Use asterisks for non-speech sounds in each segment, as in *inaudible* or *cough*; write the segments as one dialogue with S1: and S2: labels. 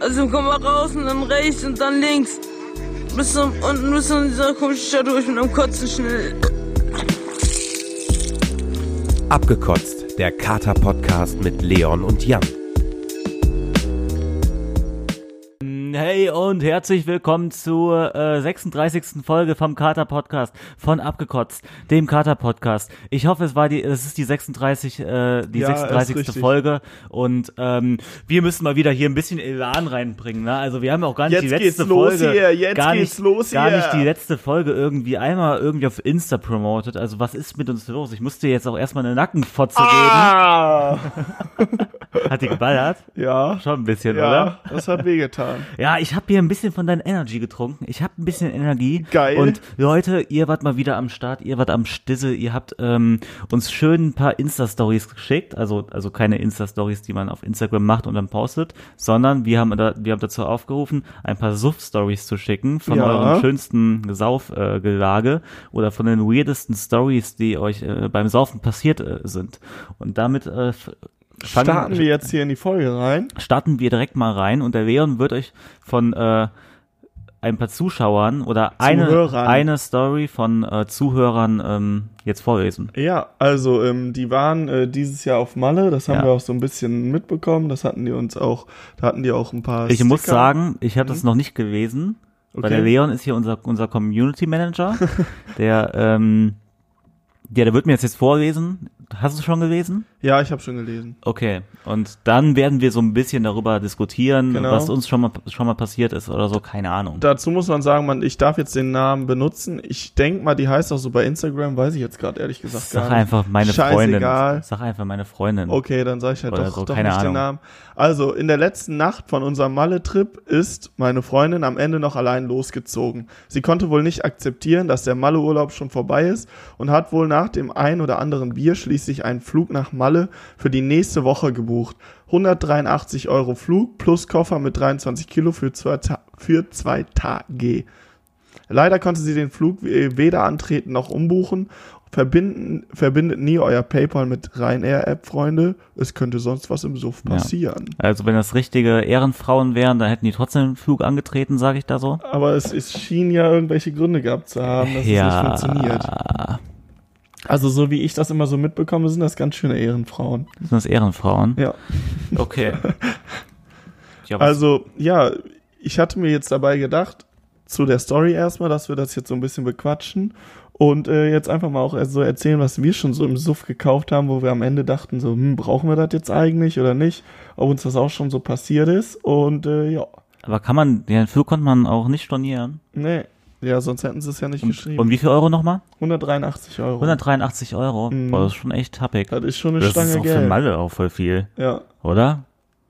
S1: Also komm mal raus und dann rechts und dann links. Bis zum, unten bis zu dieser komischen Stadt durch mit einem Kotzen schnell.
S2: Abgekotzt, der Kater-Podcast mit Leon und Jan.
S3: Hey und herzlich willkommen zur äh, 36. Folge vom Kater Podcast von Abgekotzt, dem Kater Podcast. Ich hoffe, es war die, es ist die 36, äh, die
S4: Ja, ist
S3: 36.
S4: richtig.
S3: Folge und ähm, wir müssen mal wieder hier ein bisschen Elan reinbringen. Ne? Also wir haben auch gar nicht
S4: Jetzt
S3: die letzte
S4: geht's los
S3: Folge,
S4: hier, jetzt
S3: gar
S4: geht's
S3: nicht,
S4: los
S3: gar
S4: hier.
S3: nicht die letzte Folge irgendwie einmal irgendwie auf Insta promotet. Also was ist mit uns los? Ich musste jetzt auch erstmal eine Nackenfotze
S4: Ah!
S3: geben. Hat die geballert?
S4: Ja,
S3: Schon ein bisschen, oder?
S4: ja, das hat wehgetan.
S3: Ja, ich hab hier ein bisschen von deiner Energy getrunken. Ich hab ein bisschen Energie.
S4: Geil.
S3: Und Leute, ihr wart mal wieder am Start, ihr wart am Stisse, ihr habt ähm, uns schön ein paar Insta-Stories geschickt. Also, also keine Insta-Stories, die man auf Instagram macht und dann postet, sondern wir haben, da, wir haben dazu aufgerufen, ein paar Suff-Stories zu schicken von
S4: Ja.
S3: eurem schönsten Saufgelage äh, Gelage oder von den weirdesten Stories, die euch äh, beim Saufen passiert äh, sind. Und damit äh, f- fangen-
S4: Starten wir jetzt hier in die Folge rein.
S3: starten wir direkt mal rein und der Leon wird euch von äh, ein paar Zuschauern oder eine,
S4: Zuhörern.
S3: eine Story von äh, Zuhörern ähm, jetzt vorlesen.
S4: Ja, also ähm, die waren äh, dieses Jahr auf Malle, das haben
S3: Ja.
S4: wir auch so ein bisschen mitbekommen, das hatten die uns auch, da hatten die auch ein paar
S3: Ich muss
S4: Sticker. Mhm.
S3: sagen, ich habe das noch nicht gelesen, weil
S4: Okay.
S3: der Leon ist hier unser, unser Community
S4: *laughs*
S3: Manager, der, ähm, der, der wird mir jetzt jetzt vorlesen. Hast du es schon gelesen?
S4: Ja, ich habe schon gelesen.
S3: Okay, und dann werden wir so ein bisschen darüber diskutieren,
S4: Genau.
S3: was uns schon mal, schon mal passiert ist oder so, keine Ahnung.
S4: Dazu muss man sagen, man, ich darf jetzt den Namen benutzen. Ich denk mal, die heißt auch so bei Instagram, weiß ich jetzt gerade ehrlich gesagt
S3: Sag
S4: gar nicht.
S3: einfach meine
S4: Scheißegal.
S3: Freundin. Sag einfach meine Freundin.
S4: Okay, dann sage ich ja
S3: Oder
S4: doch,
S3: so,
S4: doch
S3: keine
S4: nicht
S3: Ahnung.
S4: den Namen. Also, in der letzten Nacht von unserem Malle-Trip ist meine Freundin am Ende noch allein losgezogen. Sie konnte wohl nicht akzeptieren, dass der Malle-Urlaub schon vorbei ist und hat wohl nach dem ein oder anderen Bier schließlich einen Flug nach Malle für die nächste Woche gebucht. 183 Euro Flug plus Koffer mit 23 Kilo für zwei, Ta für zwei Tage. Leider konnte sie den Flug we- weder antreten noch umbuchen. Verbinden, verbindet nie euer PayPal mit Ryanair-App, Freunde. Es könnte sonst was im Suff
S3: Ja.
S4: passieren.
S3: Also wenn das richtige Ehrenfrauen wären, dann hätten die trotzdem den Flug angetreten, sage ich da so.
S4: Aber es, es schien ja irgendwelche Gründe gehabt zu haben, dass es nicht funktioniert. Also so wie ich das immer so mitbekomme, sind das ganz schöne Ehrenfrauen.
S3: Sind das Ehrenfrauen?
S4: Ja.
S3: Okay. Ja, was-
S4: Also, ja, ich hatte mir jetzt dabei gedacht, zu der Story erstmal, dass wir das jetzt so ein bisschen bequatschen und äh, jetzt einfach mal auch so erzählen, was wir schon so im Suff gekauft haben, wo wir am Ende dachten, so, hm, brauchen wir das jetzt eigentlich oder nicht? Ob uns das auch schon so passiert ist und äh, ja,
S3: aber kann man, den Flug konnte man auch nicht stornieren.
S4: nee. ne, Ja, sonst hätten sie es ja nicht
S3: Und,
S4: geschrieben. Oh.
S3: und wie viel Euro nochmal?
S4: 183 Euro.
S3: 183 Euro. Boah, das ist schon echt tappig.
S4: das ist schon eine
S3: Das
S4: Mhm. Stange
S3: ist auch
S4: Geld.
S3: für Malle auch voll viel,
S4: Ja,
S3: oder?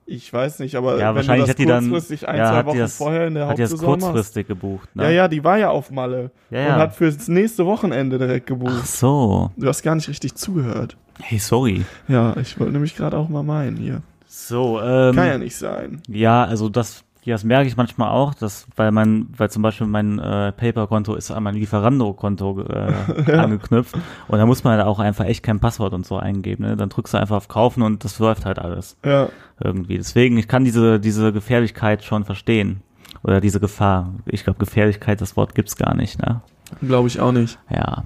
S4: ich weiß nicht, aber
S3: Ja,
S4: wenn
S3: wahrscheinlich
S4: du das
S3: hat die dann,
S4: kurzfristig ein,
S3: ja,
S4: zwei
S3: hat
S4: Wochen
S3: die das,
S4: vorher in der
S3: hat die das
S4: Hauptsaison machst.
S3: kurzfristig gebucht, ne?
S4: Ja, ja, die war ja auf Malle
S3: Ja, ja.
S4: und hat fürs nächste Wochenende direkt gebucht.
S3: Ach so.
S4: Du hast gar nicht richtig zugehört.
S3: Hey, sorry.
S4: Ja, ich wollte nämlich gerade auch mal meinen hier.
S3: So, ähm.
S4: Kann ja nicht sein.
S3: Ja, also das, das merke ich manchmal auch, dass, weil mein, weil zum Beispiel mein äh, PayPal-Konto ist an mein Lieferando-Konto
S4: *laughs*
S3: äh, angeknüpft und da muss man halt auch einfach echt kein Passwort und so eingeben. Ne? Dann drückst du einfach auf Kaufen und das läuft halt alles
S4: Ja,
S3: irgendwie. Deswegen, ich kann diese, diese Gefährlichkeit schon verstehen. Oder diese Gefahr. Ich glaube, Gefährlichkeit, das Wort gibt's gar nicht, ne?
S4: glaube ich auch nicht.
S3: Ja.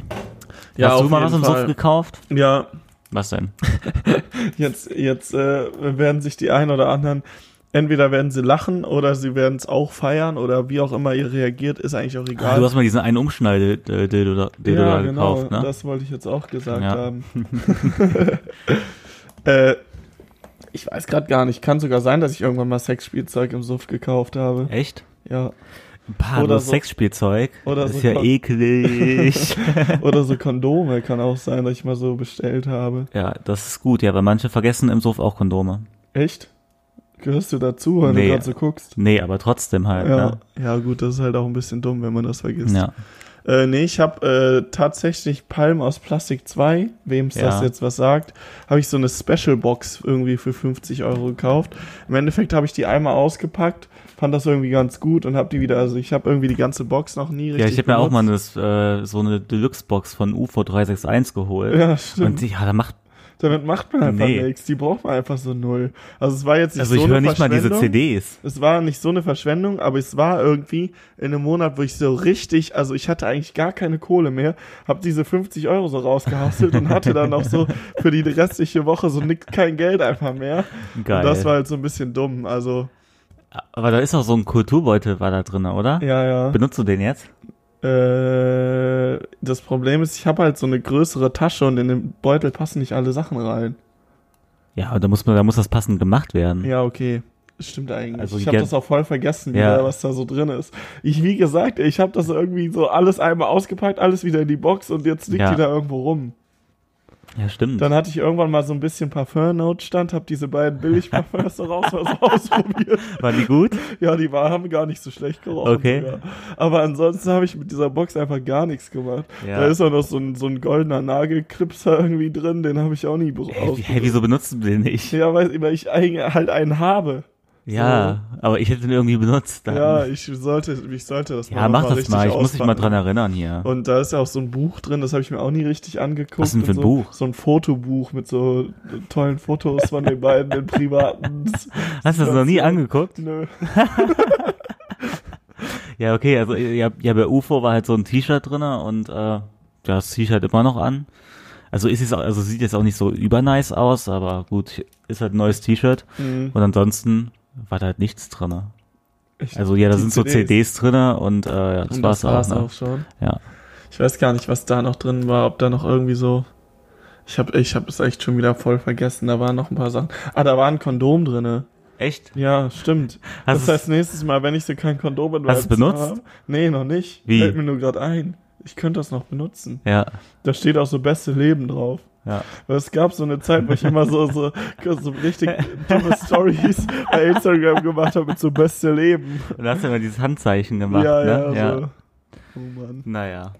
S4: Ja,
S3: Hast du
S4: auf
S3: mal was
S4: jeden
S3: im Suff
S4: Fall.
S3: gekauft?
S4: Ja,
S3: Was denn?
S4: jetzt, jetzt äh, werden sich die einen oder anderen, entweder werden sie lachen oder sie werden es auch feiern oder wie auch immer ihr reagiert, ist eigentlich auch egal.
S3: Ah, Du hast mal diesen einen Umschneide-Dildo da, Dildo
S4: ja,
S3: da
S4: genau,
S3: gekauft, ne?
S4: das wollte ich jetzt auch gesagt
S3: Ja. *laughs*
S4: haben. äh, ich weiß gerade gar nicht. Kann sogar sein, dass ich irgendwann mal Sexspielzeug im Suff gekauft habe.
S3: Echt?
S4: Ja.
S3: Pah,
S4: Oder
S3: das
S4: so-
S3: Sexspielzeug.
S4: oder
S3: das
S4: so
S3: ist ja
S4: Kon- *laughs*
S3: eklig.
S4: Oder so Kondome kann auch sein, dass ich mal so bestellt habe.
S3: ja, das ist gut, ja, weil manche vergessen im Sof auch Kondome.
S4: Echt? Gehörst du dazu, wenn
S3: Nee.
S4: du gerade so guckst?
S3: Nee, aber trotzdem halt,
S4: Ja. ja, gut, das ist halt auch ein bisschen dumm, wenn man das vergisst.
S3: ne? Ja.
S4: Äh, nee, ich habe äh, tatsächlich Palm aus Plastik 2, wem es
S3: Ja.
S4: das jetzt was sagt, habe ich so eine Special Box irgendwie für 50 Euro gekauft. Im Endeffekt habe ich die einmal ausgepackt, fand das irgendwie ganz gut und habe die wieder, also ich habe irgendwie die ganze Box noch nie richtig
S3: Ja, ich habe mir auch mal
S4: benutzt.
S3: eine, äh, so eine Deluxe-Box von UFO 361 geholt.
S4: Ja, stimmt.
S3: Und die- ja, da macht
S4: Damit macht man einfach
S3: Nee.
S4: nichts. Die braucht man einfach so null. Also es war jetzt nicht
S3: Also
S4: so
S3: ich
S4: eine
S3: höre nicht mal diese
S4: Verschwendung.
S3: CDs.
S4: Es war nicht so eine Verschwendung, aber es war irgendwie in einem Monat, wo ich so richtig, also ich hatte eigentlich gar keine Kohle mehr, habe diese 50 Euro so rausgehastelt und hatte dann auch so für die restliche Woche so nix, kein Geld einfach mehr.
S3: Geil.
S4: Und das war halt so ein bisschen dumm. Also,
S3: Aber da ist auch so ein Kulturbeutel war da drin, oder?
S4: ja, ja.
S3: Benutzt du den jetzt?
S4: Äh, das Problem ist, ich habe halt so eine größere Tasche und in den Beutel passen nicht alle Sachen rein.
S3: Ja, da muss man, da muss das passend gemacht werden.
S4: Ja, okay. Stimmt eigentlich.
S3: Also
S4: ich
S3: gen-
S4: habe das auch voll vergessen,
S3: Ja.
S4: wieder, was da so drin ist. Ich, wie gesagt, ich habe das irgendwie so alles einmal ausgepackt, alles wieder in die Box und jetzt liegt
S3: Ja.
S4: die da irgendwo rum.
S3: Ja, stimmt.
S4: Dann hatte ich irgendwann mal so ein bisschen Parfum-Notstand, habe diese beiden Billig-Parfums so raus
S3: *laughs*
S4: so ausprobiert.
S3: War die
S4: *laughs*
S3: gut?
S4: Ja, die waren haben gar nicht so schlecht gerochen.
S3: Okay.
S4: sogar. Aber ansonsten habe ich mit dieser Box einfach gar nichts gemacht.
S3: Ja.
S4: Da ist auch noch so ein, so ein goldener Nagelklipser irgendwie drin, den habe ich auch nie be-
S3: Hey, wie-
S4: ausprobiert.
S3: hey, wieso benutzt du den
S4: *laughs*
S3: nicht?
S4: Ja, weil, weil ich eigentlich halt einen habe.
S3: Ja, aber ich hätte den irgendwie benutzt. Dann.
S4: Ja, ich sollte, ich sollte das
S3: ja
S4: noch
S3: mach das
S4: richtig
S3: mal. Ich muss dich mal dran
S4: auspacken.
S3: erinnern hier.
S4: Und da ist ja auch so ein Buch drin, das habe ich mir auch nie richtig angeguckt.
S3: Was denn für ein
S4: und so,
S3: Buch?
S4: So ein Fotobuch mit so tollen Fotos von den beiden in privaten.
S3: *laughs*
S4: Ne?
S3: Hast du das noch nie angeguckt?
S4: Nö.
S3: Ja, okay, also ja, ja bei UFO war halt so ein T-Shirt drin und äh, ja, das T-Shirt immer noch an. Also ist es auch, also sieht jetzt auch nicht so übernice aus, aber gut, ist halt ein neues T-Shirt.
S4: Mhm.
S3: Und ansonsten war da halt nichts drin.
S4: Ich-
S3: Also ja, da
S4: die
S3: sind so CDs drin und äh, ja, das
S4: Und
S3: war's auch. Ne?
S4: schon.
S3: Ja.
S4: Ich weiß gar nicht, was da noch drin war, ob da noch irgendwie so. Ich habe ich hab es echt schon wieder voll vergessen. Da waren noch ein paar Sachen. Ah, da war ein Kondom drinne.
S3: Echt?
S4: Ja, stimmt.
S3: Hast
S4: das heißt, nächstes Mal, wenn ich so kein Kondom in meinem
S3: Hast du's
S4: Zimmer
S3: benutzt?
S4: hab- nee, noch nicht.
S3: Wie?
S4: Fällt mir nur gerade ein. Ich könnte das noch benutzen.
S3: Ja,
S4: Da steht auch so beste Leben drauf.
S3: ja.
S4: Weil es gab so eine Zeit, wo ich immer so, so, *laughs* so richtig dumme Stories bei Instagram gemacht habe mit so beste Leben.
S3: Und da hast du immer dieses Handzeichen gemacht,
S4: ja, also.
S3: ne?
S4: ja, so. Oh Mann.
S3: Naja.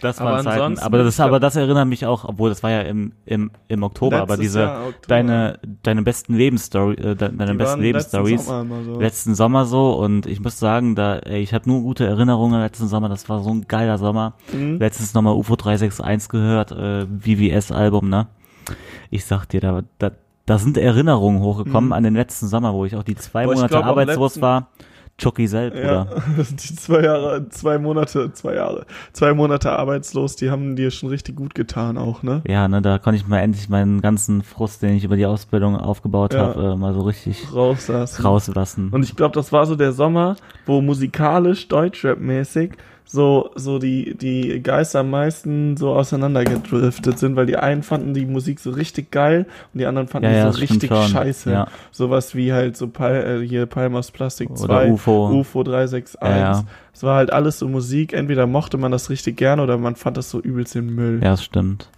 S3: Das
S4: Aber
S3: waren Zeiten.
S4: ansonsten-
S3: Aber das, aber das erinnert mich auch, obwohl das war ja im, im, im Oktober, aber
S4: Letztes
S3: diese
S4: Jahr, Oktober.
S3: deine deine besten Lebensstory, äh, de- deine
S4: Die
S3: besten
S4: waren letzten
S3: Lebensstories
S4: Sommer immer so.
S3: letzten Sommer so und ich muss sagen, da ey, ich habe nur gute Erinnerungen an letzten Sommer, das war so ein geiler Sommer.
S4: Mhm.
S3: Letztens nochmal UFO 361 gehört, äh, VVS Album, ne? Ich sag dir, da da, da sind Erinnerungen hochgekommen
S4: Mhm.
S3: an den letzten Sommer, wo ich auch die zwei
S4: Boah, ich
S3: Monate
S4: glaub, am
S3: arbeitslos
S4: letzten-
S3: war. Chucky selbst,
S4: Ja,
S3: oder?
S4: *laughs* die zwei Jahre, zwei Monate, zwei Jahre, zwei Monate arbeitslos, die haben dir schon richtig gut getan auch, ne?
S3: Ja, ne, da konnte ich mal endlich meinen ganzen Frust, den ich über die Ausbildung aufgebaut
S4: Ja.
S3: habe, äh, mal so richtig
S4: Raus saßen.
S3: rauslassen.
S4: Und ich glaube, das war so der Sommer, wo musikalisch, Deutschrap-mäßig so, so die, die Geister am meisten so auseinandergedriftet sind, weil die einen fanden die Musik so richtig geil und die anderen fanden
S3: Ja,
S4: die
S3: ja,
S4: so
S3: das stimmt
S4: richtig
S3: schon.
S4: scheiße.
S3: Ja.
S4: Sowas wie halt so Pal äh, hier Palmas Plastik
S3: Oder
S4: 2,
S3: UFO.
S4: UFO 361.
S3: Ja, ja.
S4: Es war halt alles so Musik, entweder mochte man das richtig gerne oder man fand das so übelst den Müll.
S3: ja, das stimmt.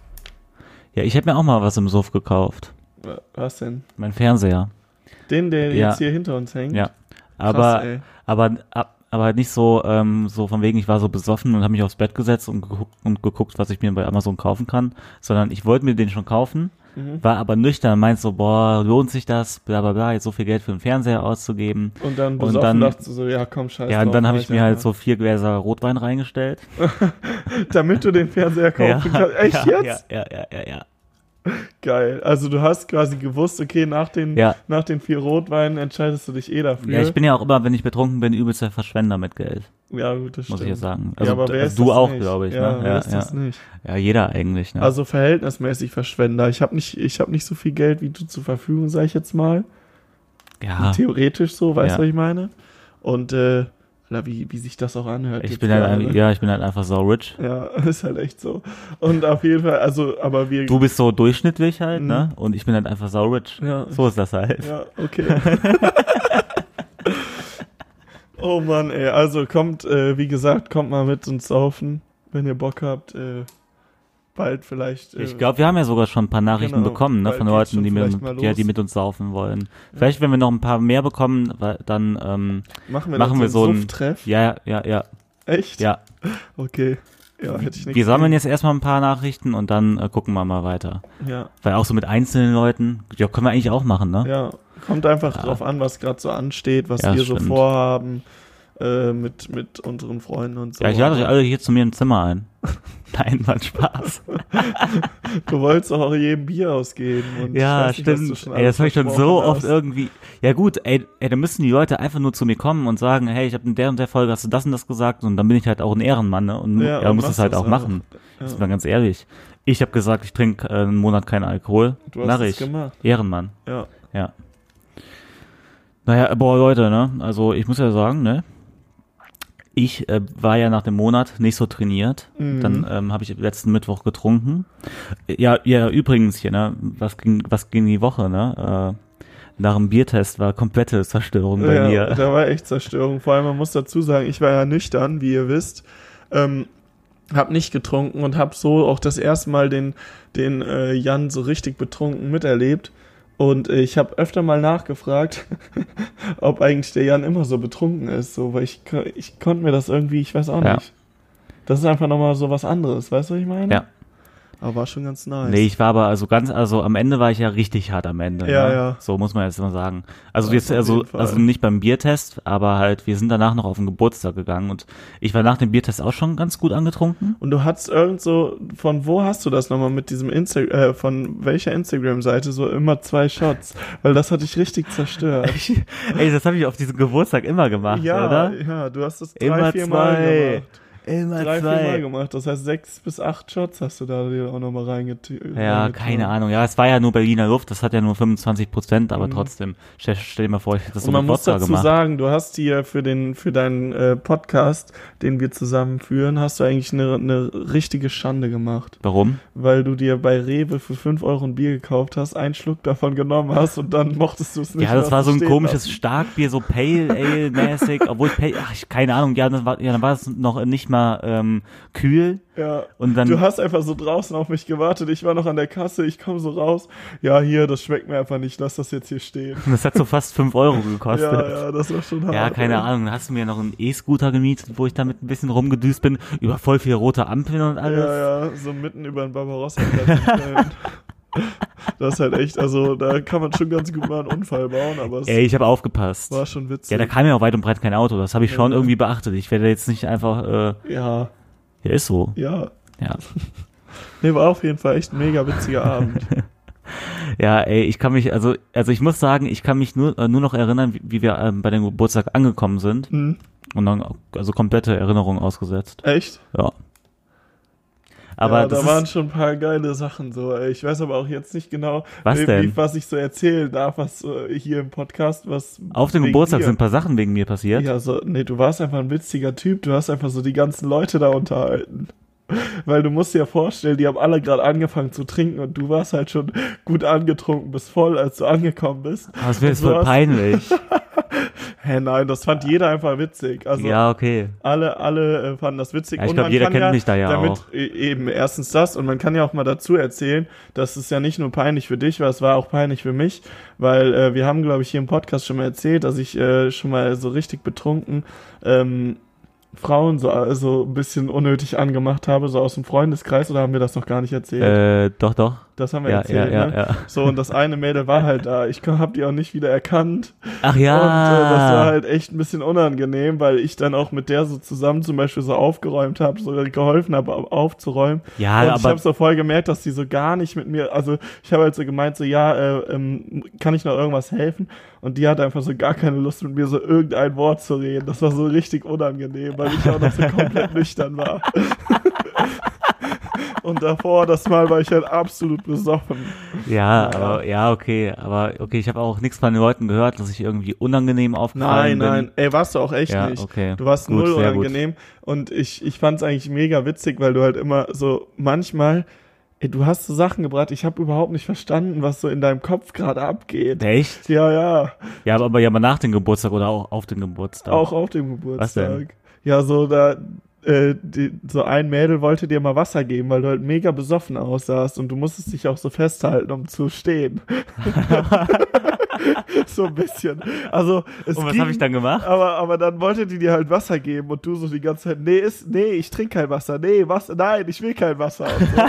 S3: Ja, ich habe mir auch mal was im Suff gekauft.
S4: Was denn?
S3: Mein Fernseher.
S4: Den, der
S3: Ja.
S4: jetzt hier hinter uns hängt?
S3: Ja.
S4: Hm? Krass,
S3: Aber,
S4: ey.
S3: aber, ab- aber halt nicht so, ähm, so von wegen, ich war so besoffen und habe mich aufs Bett gesetzt und geguckt, und geguckt, was ich mir bei Amazon kaufen kann, sondern ich wollte mir den schon kaufen,
S4: Mhm.
S3: war aber nüchtern, meint so, boah, lohnt sich das, bla bla bla, jetzt so viel Geld für einen Fernseher auszugeben.
S4: Und dann
S3: Und
S4: besoffen
S3: dann-
S4: dachtest du so, ja komm, scheiße.
S3: Ja, und dann habe ich mir halt so vier Gläser Rotwein
S4: *laughs*
S3: reingestellt.
S4: Damit du den Fernseher kaufen kannst. Echt
S3: ja,
S4: jetzt?
S3: Ja, ja, ja, ja, ja.
S4: Geil. Also du hast quasi gewusst, okay, nach den,
S3: Ja.
S4: nach den vier Rotweinen entscheidest du dich eh dafür.
S3: Ja, ich bin ja auch immer, wenn ich betrunken bin, übelster Verschwender mit Geld,
S4: Ja, gut, das
S3: muss
S4: stimmt.
S3: ich ja sagen.
S4: ja,
S3: Also
S4: aber wer
S3: d-
S4: ist
S3: du
S4: das
S3: auch,
S4: nicht?
S3: glaube ich.
S4: Ja,
S3: ne?
S4: wer
S3: ja,
S4: ist das
S3: ja.
S4: nicht?
S3: ja, jeder eigentlich. Ne?
S4: Also verhältnismäßig Verschwender. Ich habe nicht, ich habe nicht so viel Geld wie du zur Verfügung, sage ich jetzt mal.
S3: ja,
S4: Theoretisch so,
S3: Ah.
S4: weißt
S3: Ja.
S4: du, was ich meine? Und äh, Alter, wie, wie sich das auch anhört.
S3: ich
S4: jetzt
S3: bin halt,
S4: gerade.
S3: ein- ja, ich bin halt einfach so rich.
S4: Ja, *laughs* ist halt echt so. Und auf jeden Fall, also, aber wir.
S3: Du bist so durchschnittlich halt,
S4: Mhm.
S3: ne? Und ich bin halt einfach so rich.
S4: Ja.
S3: So ist das halt.
S4: Ja, okay.
S3: *laughs*
S4: oh Mann, ey. Also kommt, äh, wie gesagt, kommt mal mit uns saufen, wenn ihr Bock habt. Äh, bald vielleicht. Äh,
S3: Ich glaube, wir haben ja sogar schon ein paar Nachrichten
S4: Genau,
S3: bekommen, ne,
S4: bald
S3: von
S4: geht's
S3: Leuten,
S4: schon
S3: die, mir,
S4: vielleicht mal
S3: ja, die
S4: los.
S3: mit uns saufen wollen. Vielleicht, wenn wir noch ein paar mehr bekommen, weil- dann, ähm,
S4: machen wir,
S3: machen wir so
S4: einen
S3: ein-
S4: Suff-Treff.
S3: ja, ja, ja,
S4: Echt?
S3: ja.
S4: Okay. Ja, hätte ich nicht.
S3: Wir sammeln jetzt erstmal ein paar Nachrichten und dann äh, gucken wir mal weiter.
S4: Ja,
S3: Weil auch so mit einzelnen Leuten, ja, können wir eigentlich auch machen, ne?
S4: ja. Kommt einfach drauf an, was gerade so ansteht, was
S3: Ja,
S4: wir so
S3: stimmt.
S4: vorhaben. äh, mit, mit unseren Freunden und so.
S3: Ja, ich lade euch alle hier zu mir im Zimmer ein. *laughs* Nein, war ein
S4: *laughs*
S3: Spaß.
S4: Du wolltest doch auch jedem Bier ausgeben. Und
S3: Ja,
S4: ich weiß nicht, was du
S3: stimmt.
S4: schon
S3: ey, das
S4: alles
S3: habe ich schon so
S4: versprochen
S3: oft
S4: hast.
S3: irgendwie. Ja gut, ey, ey, da müssen die Leute einfach nur zu mir kommen und sagen, hey, ich habe in der und der Folge hast du das und das gesagt und dann bin ich halt auch ein Ehrenmann ne? und mu-
S4: Ja,
S3: ja,
S4: und
S3: muss das
S4: machst
S3: halt
S4: das
S3: auch
S4: auch.
S3: machen. Ist mal ganz ehrlich. Ich habe gesagt, ich trinke äh, einen Monat keinen Alkohol.
S4: Du hast
S3: Mach
S4: es
S3: ich.
S4: gemacht.
S3: Ehrenmann.
S4: Ja.
S3: Ja. Naja, boah, Leute, ne? Also ich muss ja sagen, ne? Ich äh, war ja nach dem Monat nicht so trainiert. Dann ähm, habe ich letzten Mittwoch getrunken. Ja, ja, übrigens hier, ne? Was ging, was ging die Woche, ne? Äh, nach dem Biertest war komplette Zerstörung bei
S4: ja, *laughs*
S3: mir.
S4: Da war echt Zerstörung. Vor allem, man muss dazu sagen, ich war ja nüchtern, wie ihr wisst. Ähm, hab nicht getrunken und hab so auch das erste Mal den, den äh, Jan so richtig betrunken miterlebt. Und äh, ich habe öfter mal nachgefragt, *laughs* ob eigentlich der Jan immer so betrunken ist. So, weil ich, ko- ich konnte mir das irgendwie, ich weiß auch
S3: Ja.
S4: nicht. Das ist einfach nochmal so was anderes, weißt du, was ich meine?
S3: Ja.
S4: Aber war schon ganz nice.
S3: Nee, ich war aber also ganz, also am Ende war ich ja richtig hart am Ende.
S4: Ja,
S3: ne?
S4: ja.
S3: So muss man jetzt immer sagen. Also
S4: Das
S3: jetzt,
S4: auf
S3: also,
S4: jeden Fall.
S3: also nicht beim Biertest, aber halt, wir sind danach noch auf den Geburtstag gegangen und ich war nach dem Biertest auch schon ganz gut
S4: *laughs*
S3: angetrunken.
S4: Und du hast irgend so, von wo hast du das nochmal mit diesem Insta, äh, von welcher Instagram-Seite so immer zwei Shots? Weil das hat dich richtig zerstört.
S3: Ey, das habe ich auf diesem Geburtstag immer gemacht,
S4: ja,
S3: oder?
S4: ja, du hast das drei,
S3: Immer
S4: vier Mal
S3: zwei.
S4: gemacht.
S3: Immer
S4: Drei, vier Mal gemacht. Das heißt, sechs bis acht Shots hast du da dir auch nochmal reingetan.
S3: Ja, keine Ahnung. Ja, es war ja nur Berliner Luft, das hat ja nur 25 Prozent, aber trotzdem. Stell, stell dir mal vor, ich hätte das so
S4: Mhm. Und man
S3: mit
S4: muss
S3: Wodka
S4: dazu
S3: gemacht.
S4: sagen, du hast hier für den für deinen äh, Podcast, den wir zusammen führen, hast du eigentlich eine, eine richtige Schande gemacht.
S3: Warum?
S4: weil du dir bei Rewe für 5 Euro ein Bier gekauft hast, einen Schluck davon genommen hast und dann mochtest du es nicht.
S3: Ja, das
S4: hast
S3: war
S4: es
S3: so ein
S4: stehen
S3: komisches
S4: lassen.
S3: Starkbier, so Pale
S4: *laughs*
S3: Ale-mäßig, obwohl Pale, ach, ich, keine Ahnung, ja, das war, ja, dann war es noch nicht mal ähm, kühl.
S4: Ja.
S3: Und dann,
S4: du hast einfach so draußen auf mich gewartet. Ich war noch an der Kasse, ich komme so raus. Ja, hier, das schmeckt mir einfach nicht. Lass das jetzt hier stehen.
S3: das hat so fast 5 Euro gekostet.
S4: *laughs* Ja, ja, das war schon hart.
S3: Ja, keine Ahnung. Dann hast du mir noch einen E-Scooter gemietet, wo ich damit ein bisschen rumgedüst bin, über voll viele rote Ampeln und alles.
S4: Ja, ja, so mitten über den Barbarossa. in
S3: *laughs*
S4: Köln. das ist halt echt, also da kann man schon ganz gut mal einen Unfall bauen, aber es
S3: Ey, ich habe aufgepasst.
S4: war schon witzig.
S3: Ja, da kam ja auch weit und breit kein Auto. Das habe ich schon
S4: Ja.
S3: irgendwie beachtet. Ich werde jetzt nicht einfach, äh,
S4: ja,
S3: ja, ist so.
S4: ja.
S3: Ja.
S4: Nee, war auf jeden Fall echt ein mega witziger Abend.
S3: Ja, ey, ich kann mich, also, also ich muss sagen, ich kann mich nur, äh, nur noch erinnern, wie, wie wir ähm, bei dem Geburtstag angekommen sind.
S4: Hm,
S3: Und dann, auch- also komplette Erinnerung ausgesetzt.
S4: echt?
S3: Ja. Aber
S4: ja,
S3: das
S4: da waren
S3: ist,
S4: schon ein paar geile Sachen so. ey. Ich weiß aber auch jetzt nicht genau,
S3: Was
S4: wie-
S3: denn?
S4: wie- was ich so erzählen darf, was äh, hier im Podcast, was
S3: auf dem
S4: wegen
S3: Geburtstag
S4: dir.
S3: sind ein paar Sachen wegen mir passiert.
S4: ja so nee, du warst einfach ein witziger Typ, du hast einfach so die ganzen Leute da unterhalten. *laughs* Weil du musst dir ja vorstellen, die haben alle gerade angefangen zu trinken und du warst halt schon gut angetrunken bis voll, als du angekommen bist.
S3: Aber es wird
S4: Und *laughs*
S3: jetzt voll
S4: sowas-
S3: peinlich.
S4: Hä, nein, das fand jeder einfach witzig. Also
S3: ja, okay.
S4: Alle, alle äh, fanden das witzig.
S3: Ja, ich
S4: Und
S3: glaub,
S4: man
S3: jeder
S4: kann
S3: kennt mich da ja
S4: damit,
S3: auch.
S4: e- Eben, erstens das. Und man kann ja auch mal dazu erzählen, dass es ja nicht nur peinlich für dich war, es war auch peinlich für mich, weil äh, wir haben, glaube ich, hier im Podcast schon mal erzählt, dass ich äh, schon mal so richtig betrunken ähm, Frauen so also ein bisschen unnötig angemacht habe, so aus dem Freundeskreis. Oder haben wir das noch gar nicht erzählt?
S3: Äh, doch, doch.
S4: das haben wir
S3: Ja, ja,
S4: erzählt,
S3: ja,
S4: ne?
S3: ja.
S4: So, und das eine Mädel war halt da. Ich hab die auch nicht wieder erkannt.
S3: Ach
S4: Und äh, das war
S3: ja.
S4: halt echt ein bisschen unangenehm, weil ich dann auch mit der so zusammen zum Beispiel so aufgeräumt habe, so geholfen habe au- aufzuräumen.
S3: ja,
S4: und ich
S3: aber
S4: habe so voll gemerkt, dass die so gar nicht mit mir, also ich habe halt so gemeint, so ja, äh, ähm, kann ich noch irgendwas helfen? Und die hatte einfach so gar keine Lust mit mir so irgendein Wort zu reden. Das war so richtig unangenehm, weil ich auch noch so
S3: *laughs*
S4: komplett nüchtern war. *laughs* und davor, das Mal war ich halt absolut besoffen.
S3: Ja, aber ja, okay, aber okay, ich habe auch nichts von den Leuten gehört, dass ich irgendwie unangenehm aufgefallen
S4: Nein,
S3: bin.
S4: nein, ey, warst du auch echt
S3: Ja,
S4: nicht.
S3: okay.
S4: Du warst
S3: Gut,
S4: null
S3: sehr gut.
S4: unangenehm und ich, ich fand's eigentlich mega witzig, weil du halt immer so manchmal, ey, du hast so Sachen gebracht, ich habe überhaupt nicht verstanden, was so in deinem Kopf gerade abgeht.
S3: Echt?
S4: Ja, ja,
S3: Ja, aber ja, aber nach dem Geburtstag oder auch auf dem Geburtstag.
S4: auch auf dem Geburtstag.
S3: Was denn?
S4: Ja, so da, äh, die, so ein Mädel wollte dir mal Wasser geben, weil du halt mega besoffen aussahst und du musstest dich auch so festhalten, um
S3: *laughs*
S4: zu stehen. *laughs* so ein bisschen. Also, es
S3: Und was
S4: ging-
S3: habe ich dann gemacht?
S4: aber, aber dann wollte die dir halt Wasser geben und du so die ganze Zeit, nee, ist, nee, ich trinke kein Wasser, nee, was, nein, ich will kein Wasser. Und,
S3: *laughs*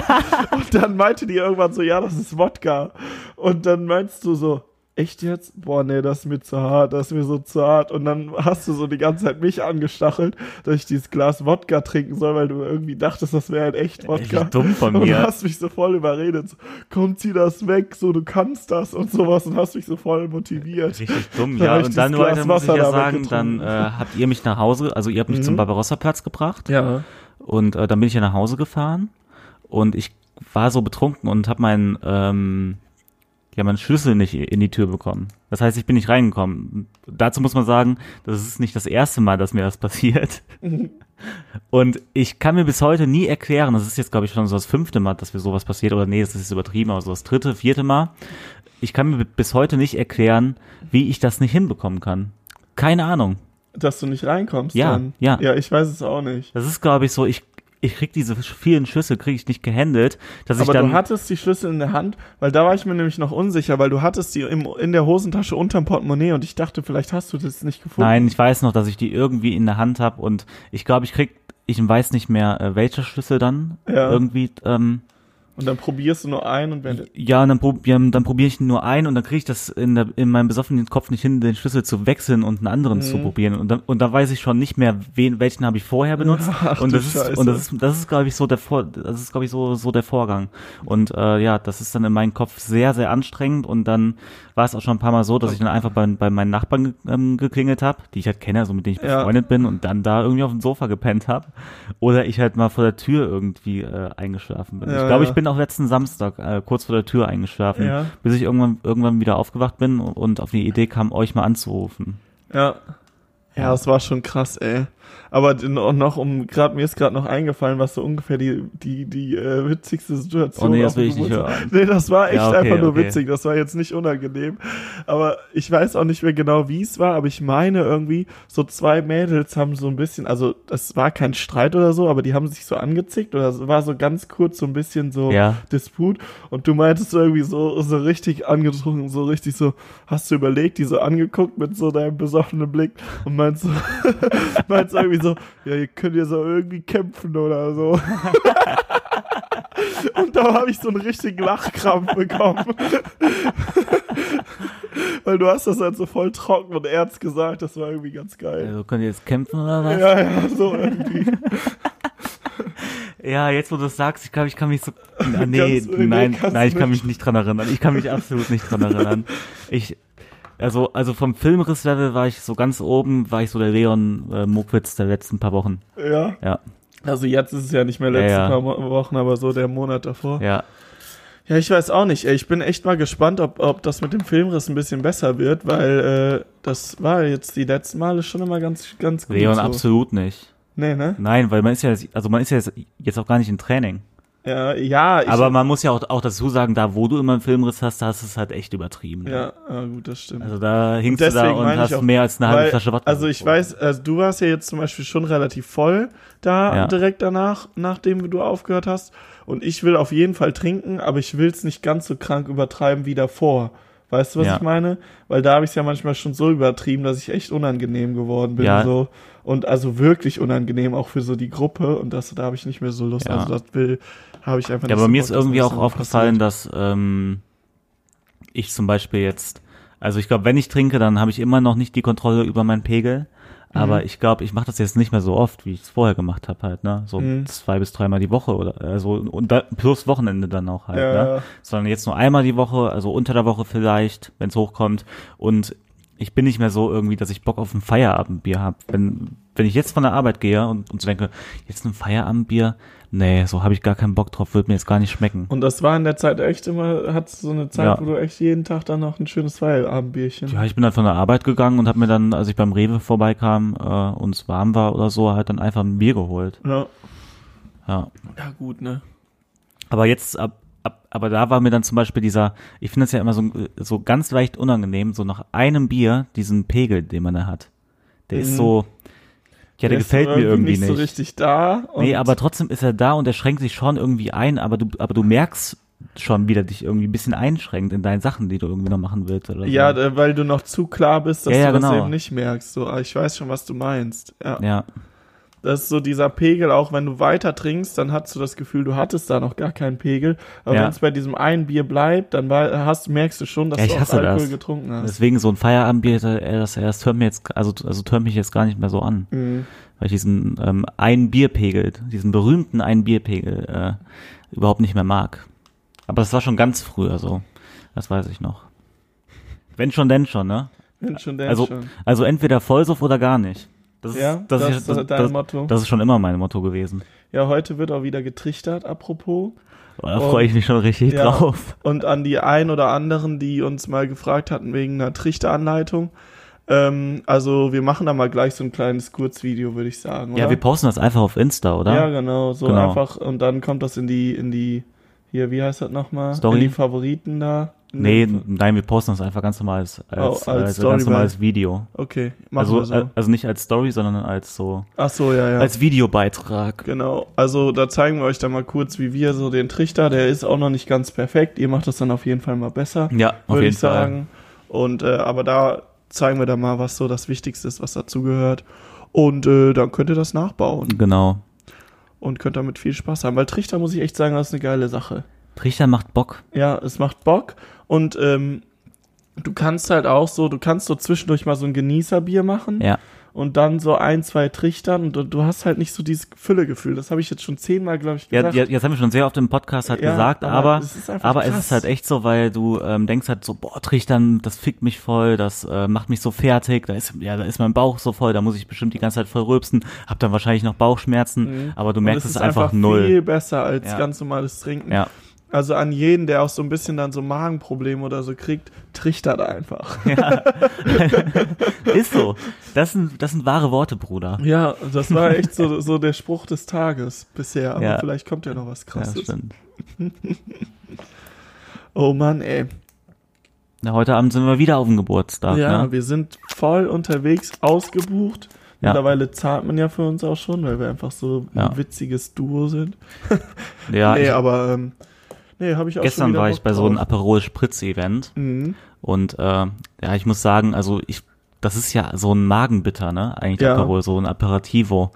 S4: so. und dann meinte die irgendwann so, ja, das ist Wodka. Und dann meinst du so, echt jetzt? Boah, nee, das ist mir zu hart, das ist mir so zu hart. Und dann hast du so die ganze Zeit mich angestachelt, dass ich dieses Glas Wodka trinken soll, weil du irgendwie dachtest, das wäre halt echt Wodka.
S3: Echt dumm von
S4: Und
S3: mir.
S4: hast mich so voll überredet. So, Komm, zieh das weg, so du kannst das und sowas und hast mich so voll motiviert.
S3: Richtig dumm,
S4: Da
S3: ja.
S4: hab ich
S3: Und dann,
S4: dieses Glas
S3: Leute, muss ich
S4: Wasser
S3: ja
S4: da
S3: sagen, dann
S4: weggetrunken. Mhm.
S3: äh, habt ihr mich nach Hause, also ihr habt mich zum Barbarossa-Platz gebracht.
S4: Ja.
S3: Und äh, dann bin ich ja nach Hause gefahren und ich war so betrunken und habe meinen ähm, ja meinen Schlüssel nicht in die Tür bekommen. Das heißt, ich bin nicht reingekommen. Dazu muss man sagen, das ist nicht das erste Mal, dass mir das passiert. *laughs* Und ich kann mir bis heute nie erklären, das ist jetzt glaube ich schon so das fünfte Mal, dass mir sowas passiert oder nee, das ist übertrieben, aber so das dritte, vierte Mal. Ich kann mir bis heute nicht erklären, wie ich das nicht hinbekommen kann. Keine Ahnung.
S4: Dass du nicht reinkommst.
S3: Ja,
S4: dann.
S3: ja.
S4: Ja, ich weiß es auch nicht.
S3: Das ist, glaube ich, so, ich, ich krieg diese vielen Schüsse, krieg ich nicht gehandelt, dass ich
S4: Aber
S3: dann.
S4: du hattest die Schlüssel in der Hand, weil da war ich mir nämlich noch unsicher, weil du hattest die im, in der Hosentasche unterm Portemonnaie und ich dachte, vielleicht hast du das nicht gefunden.
S3: nein, ich weiß noch, dass ich die irgendwie in der Hand habe und ich glaube, ich krieg, ich weiß nicht mehr, äh, welcher Schlüssel dann
S4: Ja.
S3: irgendwie. Ähm,
S4: Und dann probierst du nur einen und während
S3: ja, und dann, prob, ja, dann probiere ich ihn nur ein und dann kriege ich das in, der, in meinem besoffenen Kopf nicht hin, den Schlüssel zu wechseln und einen anderen zu
S4: Mhm.
S3: probieren. Und dann, und dann weiß ich schon nicht mehr, wen, welchen habe ich vorher benutzt.
S4: *laughs* Ach,
S3: und
S4: du
S3: das ist,
S4: Scheiße.
S3: und das ist, das ist, glaube ich, so der Vor, das ist, glaube ich, so, so der Vorgang. Und äh, ja, das ist dann in meinem Kopf sehr, sehr anstrengend. Und dann war es auch schon ein paar Mal so, dass ich dann einfach bei, bei meinen Nachbarn ge- ähm, geklingelt habe, die ich halt kenne, also mit denen ich
S4: Ja.
S3: befreundet bin, und dann da irgendwie auf dem Sofa gepennt habe. Oder ich halt mal vor der Tür irgendwie äh, eingeschlafen bin. ich
S4: Ja,
S3: glaube,
S4: ja.
S3: ich bin auch letzten Samstag äh, kurz vor der Tür eingeschlafen,
S4: Ja.
S3: bis ich irgendwann, irgendwann wieder aufgewacht bin und auf die Idee kam, euch mal anzurufen.
S4: Ja. Ja, es war schon krass, ey. Aber den- auch noch um gerade mir ist gerade noch eingefallen, was so ungefähr die die die äh, witzigste Situation.
S3: Oh nee, das
S4: auf dem
S3: will ich nicht
S4: Geburtstag-
S3: hören.
S4: Nee, das war echt
S3: Ja, okay,
S4: einfach nur
S3: okay.
S4: witzig. Das war jetzt nicht unangenehm. Aber ich weiß auch nicht mehr genau, wie es war. Aber ich meine irgendwie so zwei Mädels haben so ein bisschen, also das war kein Streit oder so, aber die haben sich so angezickt oder es war so ganz kurz so ein bisschen so
S3: Ja.
S4: Disput. Und du meintest so irgendwie so so richtig angetrunken, so richtig so hast du überlegt, die so angeguckt mit so deinem besoffenen Blick und meinst so *laughs* meinst irgendwie so, ja, ihr könnt ja so irgendwie kämpfen oder so. Und da habe ich so einen richtigen Lachkrampf bekommen. Weil du hast das halt so voll trocken und ernst gesagt, das war irgendwie ganz geil.
S3: Also könnt ihr jetzt kämpfen oder was?
S4: Ja, ja, so irgendwie.
S3: Ja, jetzt wo du es sagst, ich glaube, ich kann
S4: *laughs*
S3: mich so. Ah, nee,
S4: Kannst- nee,
S3: nein,
S4: kannst
S3: nein, ich kann
S4: nicht.
S3: mich nicht dran erinnern. Ich
S4: *laughs*
S3: kann mich absolut nicht dran erinnern. Ich, also, also vom Filmrisslevel war ich so ganz oben, war ich so der Leon äh, Mokwitz der letzten paar Wochen.
S4: Ja.
S3: Ja,
S4: Also jetzt ist es ja nicht mehr letzte
S3: Ja, ja.
S4: paar Mo- Wochen, aber so der Monat davor.
S3: ja.
S4: Ja, ich weiß auch nicht. Ey, Ich bin echt mal gespannt, ob, ob das mit dem Filmriss ein bisschen besser wird, weil äh, das war jetzt die letzten Male schon immer ganz, ganz gut.
S3: Leon
S4: so.
S3: absolut nicht.
S4: Nee, ne?
S3: Nein, weil man ist ja, also man ist ja jetzt- jetzt auch gar nicht im Training.
S4: Ja, ja. Ich,
S3: Aber man muss ja auch, auch dazu sagen, da wo du immer einen Filmriss hast, da hast du es halt echt übertrieben.
S4: ja, ja, gut, das stimmt.
S3: Also da hingst du da
S4: Deswegen
S3: und
S4: meine ich
S3: hast
S4: auch,
S3: mehr als eine halbe
S4: weil-
S3: Flasche Wodka.
S4: Also ich
S3: getrunken.
S4: weiß, also du warst ja jetzt zum Beispiel schon relativ voll da
S3: Ja.
S4: direkt danach, nachdem du aufgehört hast. Und ich will auf jeden Fall trinken, aber ich will es nicht ganz so krank übertreiben wie davor. Weißt du, was
S3: Ja.
S4: ich meine? Weil da habe ich es ja manchmal schon so übertrieben, dass ich echt unangenehm geworden bin.
S3: Ja.
S4: So. Und also wirklich unangenehm, auch für so die Gruppe. Und das, da habe ich nicht mehr so Lust.
S3: Ja.
S4: Also das will, habe ich einfach
S3: Ja, aber
S4: nicht so
S3: mir
S4: Bock,
S3: ist
S4: dass
S3: irgendwie
S4: das
S3: auch
S4: so
S3: aufgefallen, dass ähm, ich zum Beispiel jetzt, also ich glaube, wenn ich trinke, dann habe ich immer noch nicht die Kontrolle über meinen Pegel.
S4: Mhm.
S3: Aber ich glaube, ich mache das jetzt nicht mehr so oft, wie ich es vorher gemacht habe halt, ne? So
S4: Mhm.
S3: zwei bis dreimal die Woche oder also und da, plus Wochenende dann auch halt,
S4: Ja,
S3: ne?
S4: ja.
S3: Sondern jetzt nur einmal die Woche, also unter der Woche vielleicht, wenn es hochkommt. Und ich bin nicht mehr so irgendwie, dass ich Bock auf ein Feierabendbier habe. Wenn, wenn ich jetzt von der Arbeit gehe und, und so denke, jetzt ein Feierabendbier, nee, so habe ich gar keinen Bock drauf, wird mir jetzt gar nicht schmecken.
S4: Und das war in der Zeit echt immer, hat so eine Zeit,
S3: Ja.
S4: wo du echt jeden Tag dann noch ein schönes Feierabendbierchen.
S3: Ja, ich bin dann von der Arbeit gegangen und habe mir dann, als ich beim Rewe vorbeikam äh, und es warm war oder so, halt dann einfach ein Bier geholt.
S4: ja.
S3: Ja.
S4: Ja, gut, ne?
S3: Aber jetzt, ab, ab, aber da war mir dann zum Beispiel dieser, ich finde das ja immer so, so ganz leicht unangenehm, so nach einem Bier diesen Pegel, den man da hat. Der ist
S4: Mhm.
S3: so, ja, der,
S4: ist
S3: gefällt mir irgendwie nicht.
S4: so richtig da. Und
S3: nee, aber trotzdem ist er da und er schränkt sich schon irgendwie ein, aber du, aber du merkst schon, wie der dich irgendwie ein bisschen einschränkt in deinen Sachen, die du irgendwie noch machen willst oder
S4: Ja,
S3: so.
S4: da- weil du noch zu klar bist, dass
S3: Ja, ja,
S4: du das
S3: genau.
S4: eben nicht merkst. So, ah, ich weiß schon, was du meinst. Ja.
S3: Ja.
S4: dass so dieser Pegel, auch wenn du weiter trinkst, dann hast du das Gefühl, du hattest da noch gar keinen Pegel. Aber
S3: Ja.
S4: wenn es bei diesem einen Bier bleibt, dann war, hast, merkst du schon, dass
S3: Ja,
S4: du
S3: ich hasse
S4: auch Alkohol
S3: das.
S4: getrunken hast.
S3: Deswegen so ein Feierabendbier, da- äh, das, das hört mir jetzt, also, also hört mich jetzt gar nicht mehr so an.
S4: Mhm.
S3: Weil ich diesen ähm, einen Bierpegel, diesen berühmten einen Bierpegel äh, überhaupt nicht mehr mag. Aber das war schon ganz früher so. Das weiß ich noch. Wenn schon, denn schon, ne?
S4: Wenn schon, denn
S3: Also,
S4: schon.
S3: also entweder Vollsuff oder gar nicht. Das ist,
S4: Ja,
S3: das,
S4: das
S3: ist,
S4: ist
S3: das,
S4: dein
S3: das,
S4: Motto.
S3: das ist schon immer mein Motto gewesen.
S4: Ja, heute wird auch wieder getrichtert, apropos.
S3: Oh, Da
S4: Oh.
S3: freue ich mich schon richtig
S4: Ja.
S3: drauf.
S4: Und an die ein oder anderen, die uns mal gefragt hatten wegen einer Trichteranleitung. Ähm, also wir machen da mal gleich so ein kleines Kurzvideo, würde ich sagen.
S3: Ja,
S4: oder?
S3: wir posten das einfach auf Insta, oder?
S4: Ja, genau, so
S3: Genau.
S4: einfach und dann kommt das in die in die hier, wie heißt das nochmal?
S3: Story?
S4: In die Favoriten da. In
S3: Nee,
S4: die-
S3: nein, wir posten das einfach ganz normal als, als,
S4: Oh, als
S3: als,
S4: Story
S3: ganz
S4: bei-
S3: normales Video.
S4: Okay, machen
S3: Also,
S4: wir so.
S3: äh, also nicht als Story, sondern als so
S4: Ach so, ja, ja.
S3: als Videobeitrag.
S4: genau. Also da zeigen wir euch dann mal kurz, wie wir so den Trichter, der ist auch noch nicht ganz perfekt. Ihr macht das dann auf jeden Fall mal besser.
S3: Ja, auf
S4: würde
S3: jeden
S4: ich sagen. Und äh, aber da zeigen wir dann mal, was so das Wichtigste ist, was dazugehört. Und äh, dann könnt ihr das nachbauen
S3: Fall. Genau.
S4: und könnt damit viel Spaß haben. Weil Trichter muss ich echt sagen, das ist eine geile Sache.
S3: Trichter macht Bock.
S4: Ja, es macht Bock und ähm, du kannst halt auch so, du kannst so zwischendurch mal so ein Genießerbier machen
S3: Ja.
S4: und dann so ein, zwei Trichtern und du, du hast halt nicht so dieses Füllegefühl. Das habe ich jetzt schon zehnmal, glaube ich,
S3: Ja,
S4: gesagt.
S3: ja, jetzt haben wir schon sehr oft im Podcast halt
S4: Ja,
S3: gesagt, aber,
S4: aber
S3: aber,
S4: es ist einfach
S3: aber es
S4: krass.
S3: ist halt echt so, weil du ähm, denkst halt so, boah, Trichtern, das fickt mich voll, das äh, macht mich so fertig, da ist, ja, da ist mein Bauch so voll, da muss ich bestimmt die ganze Zeit voll rülpsen, hab dann wahrscheinlich noch Bauchschmerzen, aber du
S4: Mhm. Und
S3: merkst es, einfach, null.
S4: viel besser als
S3: Ja.
S4: ganz normales Trinken.
S3: Ja.
S4: Also an jeden, der auch so ein bisschen dann so Magenprobleme oder so kriegt, trichtert einfach.
S3: Ist so. Das sind, das sind wahre Worte, Bruder.
S4: *laughs* Ja, das
S3: *laughs*
S4: war echt so, so der Spruch des Tages bisher. Aber
S3: Ja.
S4: vielleicht kommt ja noch was
S3: Ja, das
S4: Krasses.
S3: stimmt.
S4: oh Mann, ey.
S3: Na, heute Abend sind wir wieder auf dem Geburtstag,
S4: Ja,
S3: ne?
S4: wir sind voll unterwegs, ausgebucht.
S3: Ja.
S4: Mittlerweile zahlt man ja für uns auch schon, weil wir einfach so
S3: Ja.
S4: ein witziges Duo sind.
S3: Ja,
S4: nee,
S3: ich,
S4: aber ähm, nee, habe ich auch schon
S3: gestern
S4: wieder
S3: war
S4: Bock
S3: ich bei so einem
S4: drauf.
S3: Aperol Spritz-Event
S4: Mhm.
S3: und äh, ja, ich muss sagen, also ich, das ist ja so ein Magenbitter, ne? Eigentlich
S4: Ja.
S3: Aperol, so ein Aperitivo.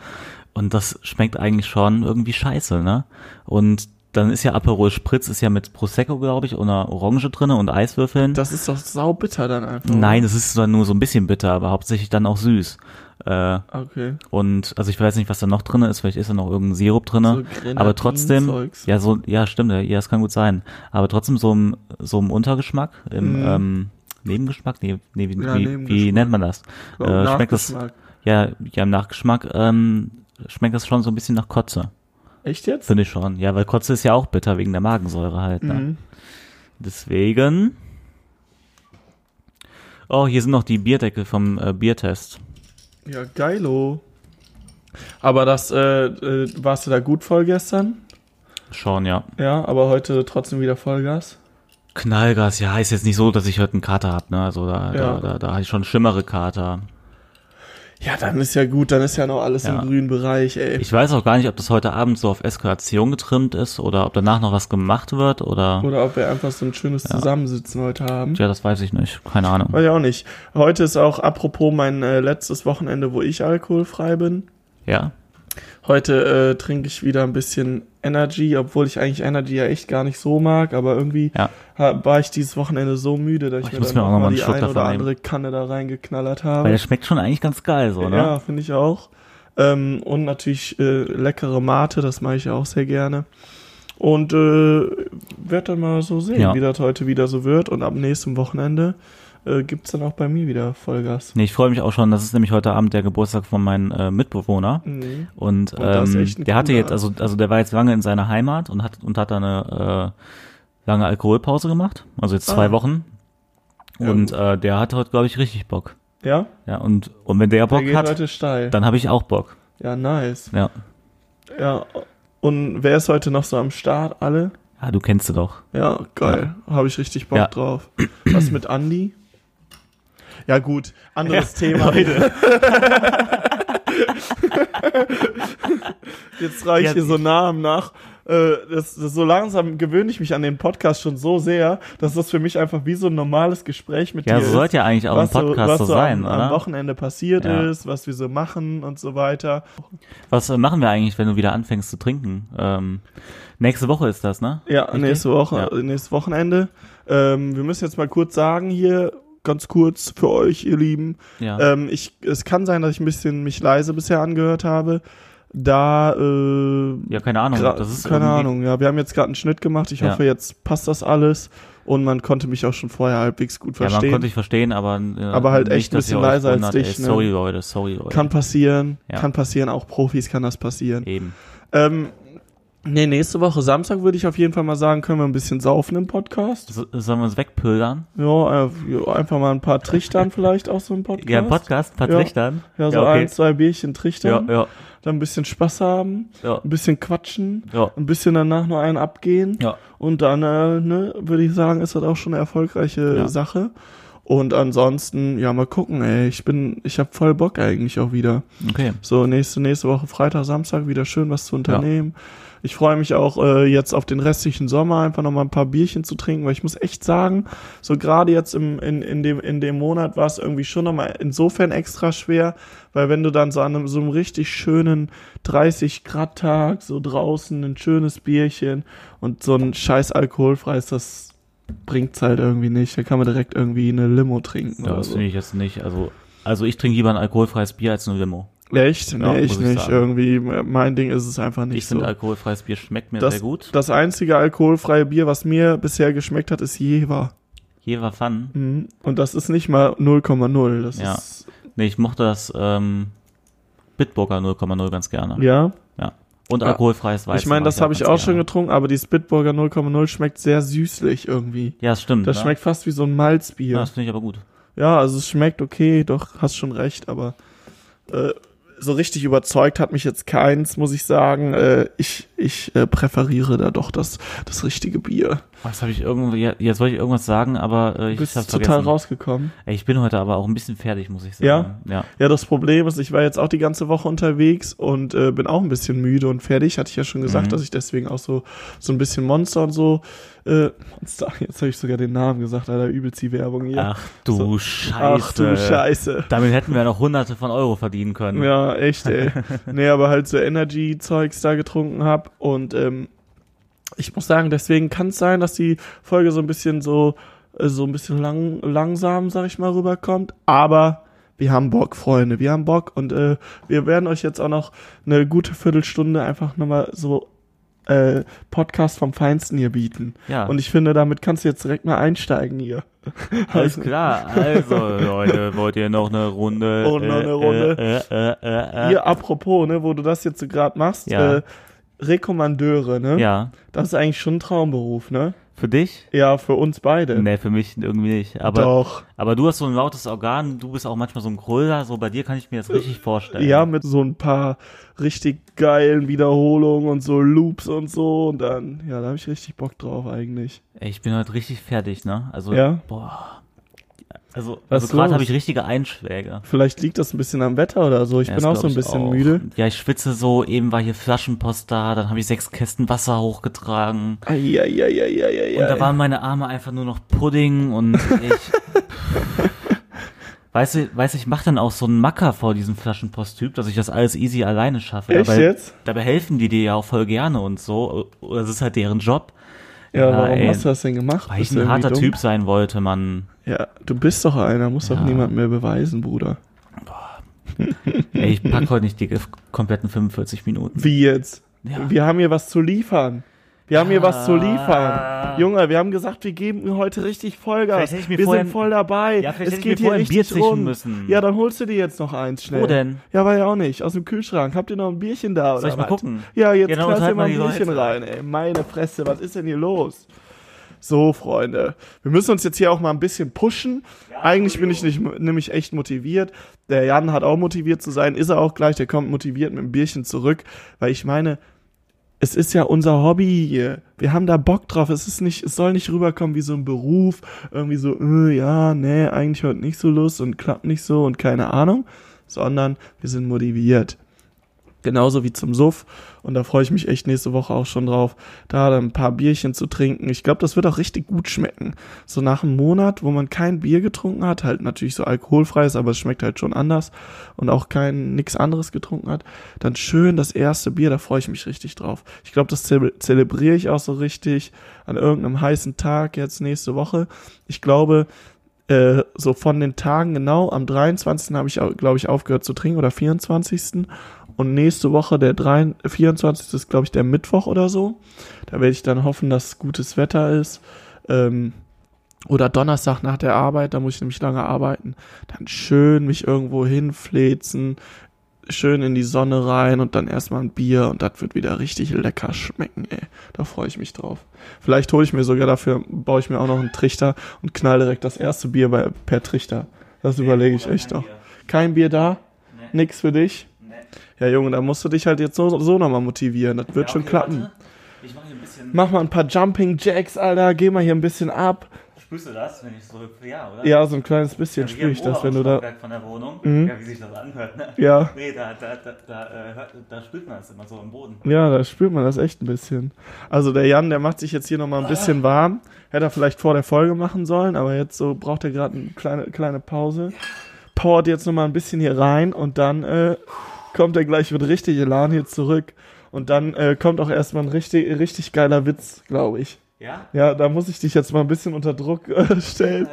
S3: Und das schmeckt eigentlich schon irgendwie scheiße, ne? Und dann ist ja Aperol Spritz, ist ja mit Prosecco, glaube ich, und einer Orange drinne und Eiswürfeln.
S4: Das ist doch saubitter dann einfach. oder?
S3: Nein, es ist dann nur so ein bisschen bitter, aber hauptsächlich dann auch süß. Äh,
S4: Okay.
S3: Und also ich weiß nicht, was da noch drinne ist, vielleicht ist da noch irgendein Sirup drinne.
S4: So Grenadin-
S3: aber trotzdem,
S4: Zeugs.
S3: ja, so, ja, stimmt, ja, es kann gut sein. Aber trotzdem so im, so im Untergeschmack, im
S4: Mhm.
S3: ähm, Nebengeschmack, nee, nee wie,
S4: Ja,
S3: wie, wie
S4: Nebengeschmack.
S3: nennt man das?
S4: Glaub,
S3: äh, schmeckt das,
S4: Nachgeschmack.
S3: ja, ja, im Nachgeschmack, ähm, schmeckt das schon so ein bisschen nach Kotze.
S4: Echt jetzt?
S3: Finde ich schon. Ja, weil Kotze ist ja auch bitter wegen der Magensäure halt. Ne?
S4: Mhm.
S3: Deswegen. Oh, hier sind noch die Bierdeckel vom äh, Biertest.
S4: Ja, geilo. Aber das, äh, äh, warst du da gut voll gestern?
S3: Schon, ja.
S4: Ja, aber heute trotzdem wieder Vollgas.
S3: Knallgas, ja, ist jetzt nicht so, dass ich heute einen Kater hab, ne? Also da, da,
S4: Ja.
S3: da, da hatte ich schon schlimmere Kater.
S4: Ja, dann ist ja gut, dann ist ja noch alles
S3: Ja.
S4: im grünen Bereich, ey.
S3: Ich weiß auch gar nicht, ob das heute Abend so auf Eskalation getrimmt ist oder ob danach noch was gemacht wird oder.
S4: Oder ob wir einfach so ein schönes Zusammensitzen heute haben.
S3: Ja, das weiß ich nicht. Keine Ahnung.
S4: Weiß ich auch nicht. Heute ist auch apropos mein äh, letztes Wochenende, wo ich alkoholfrei bin.
S3: Ja.
S4: Heute äh, trinke ich wieder ein bisschen Energy, obwohl ich eigentlich Energy ja echt gar nicht so mag, aber irgendwie
S3: Ja.
S4: ha- war ich dieses Wochenende so müde, dass
S3: Oh, ich
S4: ich, mir
S3: muss
S4: dann
S3: mir auch noch
S4: noch
S3: mal
S4: mal
S3: einen
S4: die
S3: Schluck
S4: eine
S3: davon
S4: oder
S3: nehmen.
S4: andere Kanne da reingeknallert
S3: Weil
S4: habe.
S3: das schmeckt schon eigentlich ganz geil so, ne?
S4: Ja, finde ich auch. Ähm, und natürlich äh, leckere Mate, das mache ich ja auch sehr gerne. Und äh, werde dann mal so sehen,
S3: Ja.
S4: wie das heute wieder so wird. Und am nächsten Wochenende äh, gibt es dann auch bei mir wieder Vollgas.
S3: Nee, ich freue mich auch schon. Das ist nämlich heute Abend der Geburtstag von meinem äh, Mitbewohner.
S4: Mhm.
S3: Und,
S4: das ist
S3: ähm,
S4: echt ein
S3: der hatte
S4: cooler
S3: jetzt, also, also der war jetzt lange in seiner Heimat und hat und hat da eine äh, lange Alkoholpause gemacht. Also jetzt zwei
S4: Ah.
S3: Wochen.
S4: Ja,
S3: Und äh, der hat heute, glaube ich, richtig Bock.
S4: Ja,
S3: Ja, und, und wenn der
S4: der
S3: Bock
S4: geht
S3: hat,
S4: heute steil.
S3: dann habe ich auch Bock.
S4: Ja, nice.
S3: Ja.
S4: Ja, und wer ist heute noch so am Start? Alle?
S3: ja, du kennst sie doch.
S4: Ja, geil. Habe ich richtig Bock
S3: Ja.
S4: drauf. Was mit Andi? Ja, gut. Anderes Thema. *laughs* Jetzt reiche ich
S3: Ja,
S4: hier so Namen nach. äh, das, das, so langsam gewöhne ich mich an den Podcast schon so sehr, dass das für mich einfach wie so ein normales Gespräch mit
S3: Ja,
S4: dir
S3: so
S4: ist.
S3: sollte ja eigentlich auch ein
S4: was
S3: Podcast
S4: was
S3: so
S4: am,
S3: sein,
S4: am
S3: oder?
S4: Wochenende passiert
S3: Ja.
S4: ist, was wir so machen und so weiter.
S3: Was äh, machen wir eigentlich, wenn du wieder anfängst zu trinken? Ähm, nächste Woche ist das, ne?
S4: Ja,
S3: Richtig?
S4: nächste Woche, äh,
S3: Ja.
S4: nächstes Wochenende. Ähm, wir müssen jetzt mal kurz sagen hier, ganz kurz für euch, ihr Lieben.
S3: Ja.
S4: Ähm, ich, es kann sein, dass ich ein bisschen mich leise bisher angehört habe. Da, äh,
S3: ja, keine Ahnung.
S4: gra-
S3: Oh, Das ist
S4: keine
S3: irgendwie-
S4: Ahnung, ja, wir haben jetzt gerade einen Schnitt gemacht. Ich
S3: Ja.
S4: hoffe, jetzt passt das alles. Und man konnte mich auch schon vorher halbwegs gut
S3: Ja, man
S4: verstehen.
S3: konnte ich verstehen, aber äh,
S4: Aber halt echt ein
S3: dass ihr
S4: bisschen
S3: euch
S4: leiser als
S3: wundert,
S4: dich,
S3: Ey,
S4: ne?
S3: sorry Leute, sorry Leute.
S4: kann passieren,
S3: Ja.
S4: kann passieren, auch Profis kann das passieren.
S3: Eben.
S4: Ähm, nee, nächste Woche Samstag würde ich auf jeden Fall mal sagen, können wir ein bisschen saufen im Podcast.
S3: So, sollen wir uns wegpödern?
S4: Ja, äh, ja, einfach mal ein paar Trichtern vielleicht auch so im Podcast.
S3: Ja, ein Podcast, ein paar
S4: Ja.
S3: Trichtern.
S4: Ja, so ein, zwei Bierchen trichtern,
S3: Ja, ja,
S4: dann ein bisschen Spaß haben,
S3: ja,
S4: ein bisschen quatschen,
S3: ja.
S4: ein bisschen danach nur einen abgehen
S3: ja.
S4: und dann, äh, ne, würde ich sagen, ist das auch schon eine erfolgreiche
S3: Ja.
S4: Sache. Und ansonsten, ja, mal gucken, ey, ich bin, ich hab voll Bock eigentlich auch wieder.
S3: Okay.
S4: So, nächste, nächste Woche, Freitag, Samstag, wieder schön was zu unternehmen. Ich freue mich auch äh, jetzt auf den restlichen Sommer, einfach nochmal ein paar Bierchen zu trinken, weil ich muss echt sagen, so gerade jetzt im, in, in, dem, in dem Monat war es irgendwie schon nochmal insofern extra schwer, weil wenn du dann so an einem, so einem richtig schönen 30 Grad Tag so draußen ein schönes Bierchen und so ein scheiß alkoholfreies, das bringt's halt irgendwie nicht. Da kann man direkt irgendwie eine Limo trinken.
S3: Ja,
S4: oder
S3: das
S4: so.
S3: finde ich jetzt nicht. Also, also ich trinke lieber ein alkoholfreies Bier als eine Limo.
S4: Echt?
S3: Ja,
S4: nee,
S3: genau, muss
S4: ich
S3: ich
S4: nicht.
S3: sagen.
S4: Irgendwie, mein Ding ist es einfach nicht
S3: Ich
S4: so.
S3: finde, alkoholfreies Bier schmeckt mir
S4: das,
S3: sehr gut.
S4: Das einzige alkoholfreie Bier, was mir bisher geschmeckt hat, ist Jever.
S3: Hier war Fun.
S4: Mhm. Und das ist nicht mal 0,0. Das
S3: Ja.
S4: ist.
S3: Nee, ich mochte das ähm, Bitburger 0,0 ganz gerne.
S4: Ja.
S3: Und
S4: Ja.
S3: alkoholfreies Weizen.
S4: ich meine,
S3: mag
S4: das habe ich
S3: ganz
S4: auch schon
S3: gerne.
S4: getrunken, aber die Spitburger 0,0 schmeckt sehr süßlich irgendwie.
S3: Ja, das stimmt.
S4: Das
S3: ne?
S4: schmeckt fast wie so ein
S3: Ja,
S4: Malzbier.
S3: das finde ich aber gut.
S4: Ja, also es schmeckt okay, doch, hast schon recht, aber äh, so richtig überzeugt hat mich jetzt keins, muss ich sagen. Äh, ich ich äh, präferiere da doch das, das richtige Bier.
S3: Was habe ich irgendwie, ja, jetzt wollte ich irgendwas sagen, aber äh,
S4: Du
S3: ich
S4: bist
S3: hab's
S4: total
S3: vergessen.
S4: rausgekommen.
S3: Ey, ich bin heute aber auch ein bisschen fertig, muss ich
S4: Ja?
S3: sagen. Ja.
S4: Ja, das Problem ist, ich war jetzt auch die ganze Woche unterwegs und äh, bin auch ein bisschen müde und fertig. Hatte ich ja schon gesagt,
S3: Mhm.
S4: dass ich deswegen auch so, so ein bisschen Monster und so. Äh, Monster, jetzt habe ich sogar den Namen gesagt, Alter, übelst die Werbung hier.
S3: Ach du
S4: So.
S3: Scheiße.
S4: Ach du Scheiße.
S3: Damit hätten wir noch hunderte von Euro verdienen können.
S4: Ja,
S3: *laughs*
S4: echt, ey. nee, aber halt so Energy-Zeugs da getrunken hab und ähm, ich muss sagen, deswegen kann es sein, dass die Folge so ein bisschen so, äh, so ein bisschen lang, langsam, sag ich mal, rüberkommt, aber wir haben Bock, Freunde, wir haben Bock und äh, wir werden euch jetzt auch noch eine gute Viertelstunde einfach nochmal so äh, Podcast vom Feinsten hier bieten.
S3: Ja.
S4: Und ich finde, damit kannst du jetzt direkt mal einsteigen hier.
S3: Alles klar, also Leute, wollt ihr noch eine Runde?
S4: Oh, noch eine Runde.
S3: Äh, äh, äh, äh, äh.
S4: Hier, apropos, ne, wo du das jetzt so gerade machst,
S3: Ja.
S4: äh, Rekommandeure, ne?
S3: Ja,
S4: Das ist eigentlich schon ein Traumberuf, ne?
S3: für dich?
S4: Ja, für uns beide.
S3: Nee, für mich irgendwie nicht. Aber,
S4: Doch.
S3: aber du hast so ein lautes Organ, du bist auch manchmal so ein Kröller, so bei dir kann ich mir das richtig vorstellen.
S4: Äh, Ja, mit so ein paar richtig geilen Wiederholungen und so Loops und so und dann, ja, da habe ich richtig Bock drauf eigentlich.
S3: Ey, ich bin heute richtig fertig, ne? Also,
S4: Ja.
S3: boah. Also,
S4: Was
S3: also gerade
S4: los?
S3: habe ich richtige Einschläge.
S4: Vielleicht liegt das ein bisschen am Wetter oder so. Ich
S3: Ja,
S4: bin
S3: das
S4: auch so
S3: glaub
S4: ein
S3: ich
S4: bisschen
S3: auch.
S4: müde.
S3: Ja, ich schwitze so, eben war hier Flaschenpost da, dann habe ich sechs Kästen Wasser hochgetragen. Und da
S4: Eieieiei.
S3: waren meine Arme einfach nur noch Pudding und
S4: *laughs*
S3: ich. Weißt du, weißt, du, ich mache dann auch so einen Macker vor diesem Flaschenpost-Typ, dass ich das alles easy alleine schaffe.
S4: Echt
S3: dabei,
S4: jetzt?
S3: dabei helfen die dir ja auch voll gerne und so. Das ist halt deren Job.
S4: Ja, warum
S3: ey,
S4: hast du das denn gemacht?
S3: Weil ich
S4: Bist du
S3: ein
S4: irgendwie
S3: harter
S4: dumm?
S3: Typ sein wollte, Mann.
S4: Ja, du bist doch einer, musst doch
S3: Ja.
S4: niemand mehr beweisen, Bruder.
S3: Ey, ich
S4: *laughs*
S3: pack heute nicht die ge- kompletten 45 Minuten.
S4: Wie jetzt?
S3: Ja.
S4: Wir haben hier was zu liefern. Wir haben hier was zu liefern.
S3: Ah.
S4: Junge, wir haben gesagt, wir geben heute richtig Vollgas.
S3: Vielleicht hätte ich mir
S4: wir
S3: vorher
S4: sind
S3: ein-
S4: voll dabei.
S3: Ja, vielleicht
S4: es
S3: hätte ich
S4: geht
S3: mir
S4: hier
S3: vorher ein Bier
S4: richtig
S3: zischen
S4: rund.
S3: müssen.
S4: Ja, dann holst du dir jetzt noch eins schnell.
S3: Wo denn?
S4: Ja, war ja auch nicht. Aus dem Kühlschrank. Habt ihr noch ein Bierchen da oder
S3: Soll ich mal
S4: was? Hm.
S3: gucken?
S4: Ja, jetzt
S3: Ja, dann
S4: knallst du
S3: unterhalten
S4: mal ein
S3: wir die
S4: Bierchen
S3: Leute.
S4: rein. Ey, meine Fresse, was ist denn hier los? So, Freunde, wir müssen uns jetzt hier auch mal ein bisschen pushen. Eigentlich bin ich nicht, nämlich echt motiviert. Der Jan hat auch motiviert zu sein, ist er auch gleich. Der kommt motiviert mit dem Bierchen zurück, weil ich meine, es ist ja unser Hobby hier. Wir haben da Bock drauf. Es ist nicht, es soll nicht rüberkommen wie so ein Beruf. Irgendwie so, äh, ja, nee, eigentlich heute nicht so Lust und klappt nicht so und keine Ahnung. Sondern wir sind motiviert. genauso wie zum Suff. Und da freue ich mich echt nächste Woche auch schon drauf, da dann ein paar Bierchen zu trinken. Ich glaube, das wird auch richtig gut schmecken. So nach einem Monat, wo man kein Bier getrunken hat, halt natürlich so alkoholfreies, aber es schmeckt halt schon anders und auch kein nix anderes getrunken hat, dann schön das erste Bier, da freue ich mich richtig drauf. Ich glaube, das ze zelebriere ich auch so richtig an irgendeinem heißen Tag jetzt nächste Woche. Ich glaube, äh, so von den Tagen genau, am 23. habe ich, glaube ich, aufgehört zu trinken oder 24. Und nächste Woche, der 3, 24. ist, glaube ich, der Mittwoch oder so. Da werde ich dann hoffen, dass gutes Wetter ist. Ähm, oder Donnerstag nach der Arbeit, da muss ich nämlich lange arbeiten. Dann schön mich irgendwo hinflezen, schön in die Sonne rein und dann erstmal ein Bier und das wird wieder richtig lecker schmecken, ey. Da freue ich mich drauf. Vielleicht hole ich mir sogar dafür, baue ich mir auch noch einen Trichter und knall direkt das erste Bier bei, per Trichter. Das überlege ich echt noch. Kein Bier da? Nix für dich? Ja, Junge, da musst du dich halt jetzt so, so nochmal motivieren. Das wird schon klappen.
S3: Ich mache hier ein bisschen.
S4: Mach mal ein paar Jumping Jacks, Alter. Geh mal hier ein bisschen ab.
S3: Spürst du das, wenn ich so. Ja, oder?
S4: Ja, so ein kleines bisschen spüre ich das, wenn du da. Mhm.
S3: Von der Wohnung, ja, wie sich das anhört, ne?
S4: Ja.
S3: Nee, da, da, da, da, äh, hört- da spürt man es immer so im Boden.
S4: Ja, da spürt man das echt ein bisschen. Also der Jan, der macht sich jetzt hier nochmal ein bisschen warm. Hätte er vielleicht vor der Folge machen sollen, aber jetzt so braucht er gerade eine kleine, kleine Pause. Powert jetzt nochmal ein bisschen hier rein und dann äh, kommt er gleich mit richtig Elan hier zurück. Und dann äh, kommt auch erstmal ein richtig, richtig geiler Witz, glaube ich.
S3: Ja?
S4: Ja, da muss ich dich jetzt mal ein bisschen unter Druck äh, stellen.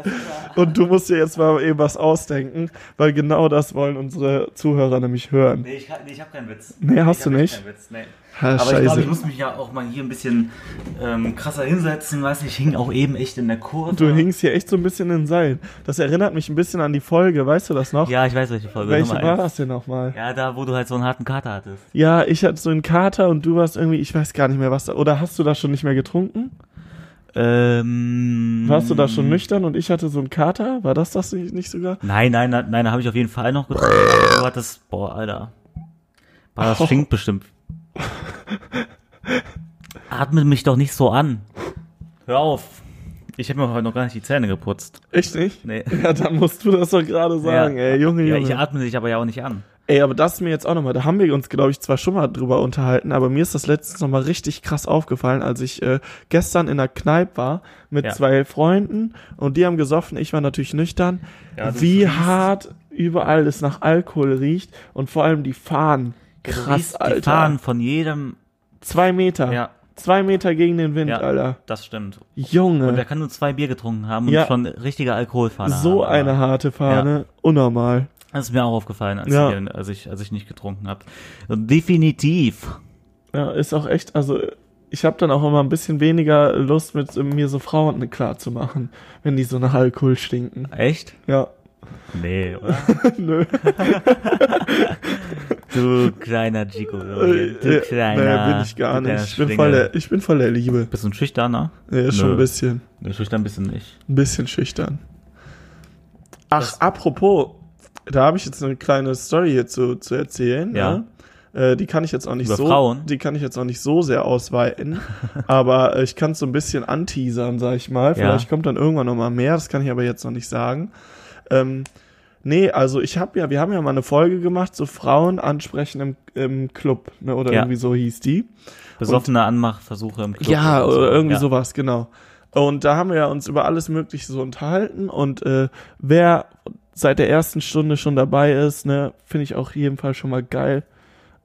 S4: Und du musst dir jetzt mal eben was ausdenken, weil genau das wollen unsere Zuhörer nämlich hören.
S3: Nee, ich, nee, ich habe keinen Witz.
S4: Nee, hast
S3: ich
S4: du
S3: hab echt
S4: nicht? Ah,
S3: Keinen Witz. Nee.
S4: Ha,
S3: Aber ich glaube, ich muss mich ja auch mal hier ein bisschen ähm, krasser hinsetzen. Weißt du, ich hing auch eben echt in der Kurve.
S4: Du hingst hier echt so ein bisschen in den Seilen. Das erinnert mich ein bisschen an die Folge, weißt du das noch?
S3: Ja, ich weiß, welche Folge.
S4: Welche
S3: Nummer
S4: war
S3: eins.
S4: das denn nochmal?
S3: Ja, da, wo du halt so einen harten Kater hattest.
S4: Ja. ich hatte so einen Kater und du warst irgendwie, ich weiß gar nicht mehr, was da, oder hast du da schon nicht mehr getrunken?
S3: Ähm.
S4: Warst du da schon nüchtern und ich hatte so einen Kater? War das das nicht nicht sogar?
S3: Nein, nein, nein, nein, da habe ich auf jeden Fall noch getrunken. Du hattest, boah, Alter. Boah, das
S4: Oh.
S3: stinkt bestimmt. Atme mich doch nicht so an. Hör auf. Ich habe mir heute noch gar nicht die Zähne geputzt.
S4: Echt nicht?
S3: Nee.
S4: Ja, dann musst du das doch gerade sagen, ey, Junge,
S3: ja,
S4: Junge.
S3: ich atme dich aber ja auch nicht an.
S4: Ey, aber das ist mir jetzt auch nochmal, da haben wir uns, glaube ich, zwar schon mal drüber unterhalten, aber mir ist das letztens nochmal richtig krass aufgefallen, als ich äh, gestern in der Kneipe war mit
S3: Ja.
S4: zwei Freunden und die haben gesoffen, ich war natürlich nüchtern,
S3: Ja, du
S4: wie
S3: riechst-
S4: hart überall es nach Alkohol riecht und vor allem die Fahnen.
S3: Du
S4: Krass,
S3: riechst
S4: Alter.
S3: Die Fahnen von jedem.
S4: Zwei Meter.
S3: Ja.
S4: Zwei Meter gegen den Wind,
S3: Ja,
S4: Alter.
S3: das stimmt. Und der
S4: Junge,
S3: kann nur zwei Bier getrunken haben und
S4: Ja.
S3: schon richtige Alkoholfahne
S4: so
S3: haben,
S4: eine
S3: aber-
S4: harte Fahne. Unnormal.
S3: Das ist mir auch aufgefallen, als,
S4: Ja.
S3: ich, als, ich, als ich nicht getrunken habe. Definitiv.
S4: Ja, ist auch echt, also ich habe dann auch immer ein bisschen weniger Lust, mit mir so Frauen klar zu machen, wenn die so nach Alkohol stinken.
S3: Echt?
S4: Ja, *laughs*
S3: Nee, oder?
S4: nö.
S3: Du kleiner Gigolo. hier, Du
S4: Äh,
S3: kleiner.
S4: bin ich gar
S3: du kleiner
S4: nicht. Ich bin,
S3: Schlingel.
S4: voll der, ich bin voll der Liebe.
S3: Bist du ein Schüchterner?
S4: Ja, schon
S3: Nö.
S4: ein bisschen.
S3: Nee, Schüchtern bist du nicht.
S4: Ein bisschen schüchtern. Ach, apropos, da habe ich jetzt eine kleine Story hier zu, zu erzählen.
S3: Ja.
S4: ne? Äh, die kann ich jetzt auch nicht
S3: Über
S4: so.
S3: Frauen?
S4: Die kann ich jetzt auch nicht so
S3: *laughs*
S4: sehr ausweiten. aber äh, ich kann es so ein bisschen anteasern, sag ich mal. Vielleicht kommt dann irgendwann noch mal mehr. Das kann ich aber jetzt noch nicht sagen. Ähm, nee, also ich habe ja, wir haben ja mal eine Folge gemacht, so Frauen ansprechen im, im Club, ne? Oder
S3: Ja.
S4: irgendwie so hieß die.
S3: Besoffene Anmachversuche im Club.
S4: Ja,
S3: so. ne?
S4: oder irgendwie
S3: Ja.
S4: sowas, genau. Und da haben wir ja uns über alles Mögliche so unterhalten und äh, wer seit der ersten Stunde schon dabei ist, ne, finde ich auch jedenfalls schon mal geil.